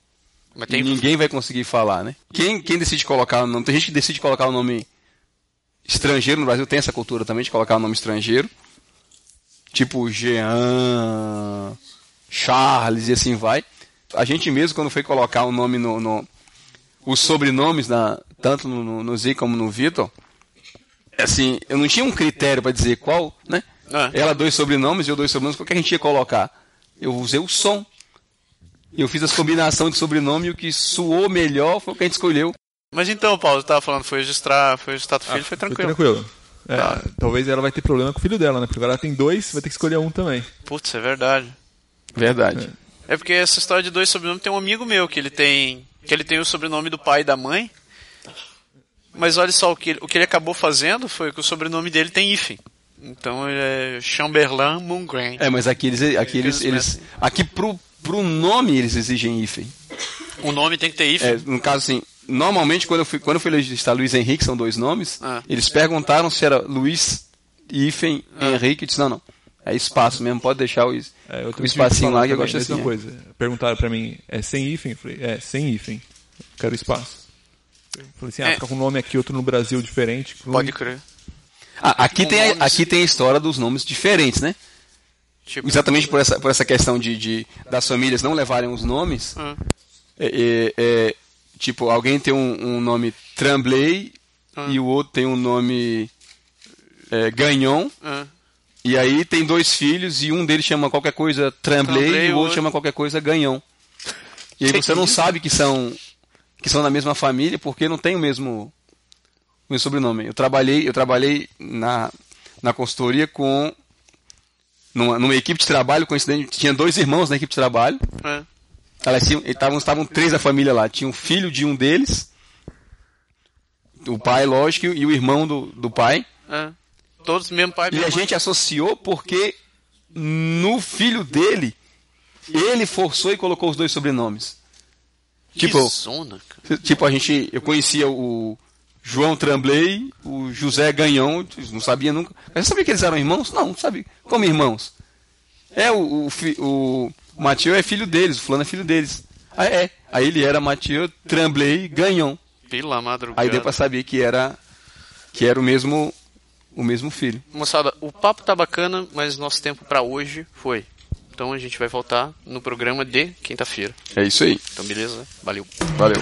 S1: Mas
S2: E
S1: tem
S2: ninguém vai conseguir falar, né? Quem, quem decide colocar o nome? Tem gente que decide colocar o nome estrangeiro no Brasil, tem essa cultura também de colocar o nome estrangeiro. Tipo Jean, Charles e assim vai. A gente mesmo, quando foi colocar o nome no. no- os sobrenomes, na, tanto no, no, no Z como no Vitor, assim, eu não tinha um critério para dizer qual, né?
S1: Ah.
S2: Ela dois sobrenomes, eu dois sobrenomes, qual que a gente ia colocar? Eu usei o som. Eu fiz as combinações de sobrenome e o que suou melhor foi o que a gente escolheu.
S1: Mas então, Paulo, eu tava falando, foi registrar, foi registrar teu
S2: Ah,
S1: filho, foi
S3: Foi
S1: tranquilo.
S3: tranquilo. É, Talvez ela vai ter problema com o filho dela, né? Porque agora ela tem dois, vai ter que escolher um também.
S1: Putz, é verdade.
S2: Verdade.
S1: É porque essa história de dois sobrenomes tem um amigo meu que ele tem. que ele tem o sobrenome do pai e da mãe. Mas olha só, o que, ele- o que ele acabou fazendo foi que o sobrenome dele tem hífen. Então ele é Chamberlain Mungrain.
S2: É, mas aqui eles. Aqui, eles, eles- aqui pro, pro nome eles exigem hífen.
S1: O nome tem que ter hífen.
S2: É, no caso, assim, normalmente quando eu fui, quando eu fui registrar Luiz Henrique, são dois nomes,
S1: Ah.
S2: eles perguntaram se era Luiz hífen Henrique. Eu disse, não, não. É espaço mesmo, pode deixar o, is-
S3: É,
S2: o
S3: outro
S2: espacinho lá que eu gosto assim.
S3: mesma
S2: é.
S3: coisa. Perguntaram pra mim, é sem hífen? Eu falei, é, sem hífen. Quero espaço. Eu falei assim, ah,
S1: É.
S3: fica com um nome aqui, outro no Brasil diferente. com-
S1: Pode crer.
S2: Ah, aqui,
S1: Com
S2: tem a,
S1: nomes.
S2: aqui tem a história dos nomes diferentes, né?
S1: Tipo,
S2: Exatamente por essa, por essa questão de, de- das famílias não levarem os nomes.
S1: Ah.
S2: É, é, é, tipo, alguém tem um, um nome Tremblay e o outro tem um nome é, Gagnon.
S1: ah,
S2: E aí tem dois filhos e um deles chama qualquer coisa Tremblay,
S1: Tremblay,
S2: e o
S1: o
S2: outro
S1: outro-
S2: chama qualquer coisa Ganhão. E aí
S1: Que
S2: você não
S1: isso?
S2: sabe que são que são da mesma família porque não tem o mesmo o mesmo sobrenome. Eu trabalhei, eu trabalhei na na consultoria com numa, numa equipe de trabalho, coincidente, tinha dois irmãos na equipe de trabalho.
S1: ah.
S2: Elas tinham, estavam, estavam três da família lá. Tinha um filho de um deles, o pai, lógico, e o irmão do, do pai.
S1: ah. Todos do mesmo pai e
S2: E
S1: mesma
S2: a
S1: mãe.
S2: gente associou porque no filho dele, ele forçou e colocou os dois sobrenomes.
S1: Que
S2: Tipo,
S1: zona, cara.
S2: tipo, a gente. Eu conhecia o João Tremblay, o José Ganhão, não sabia nunca. Mas você sabia que eles eram irmãos? Não, não sabia. Como irmãos? É, o, o, fi- o Mathieu é filho deles, o fulano é filho deles. Ah, é. Aí ele era Mathieu Tremblay Ganhão.
S1: Pela madrugada.
S2: Aí deu pra saber que era. Que era o mesmo. O mesmo filho.
S1: Moçada, o papo tá bacana, mas nosso tempo pra hoje foi. Então a gente vai voltar no programa de quinta-feira.
S2: É isso aí.
S1: Então beleza? Valeu.
S2: Valeu.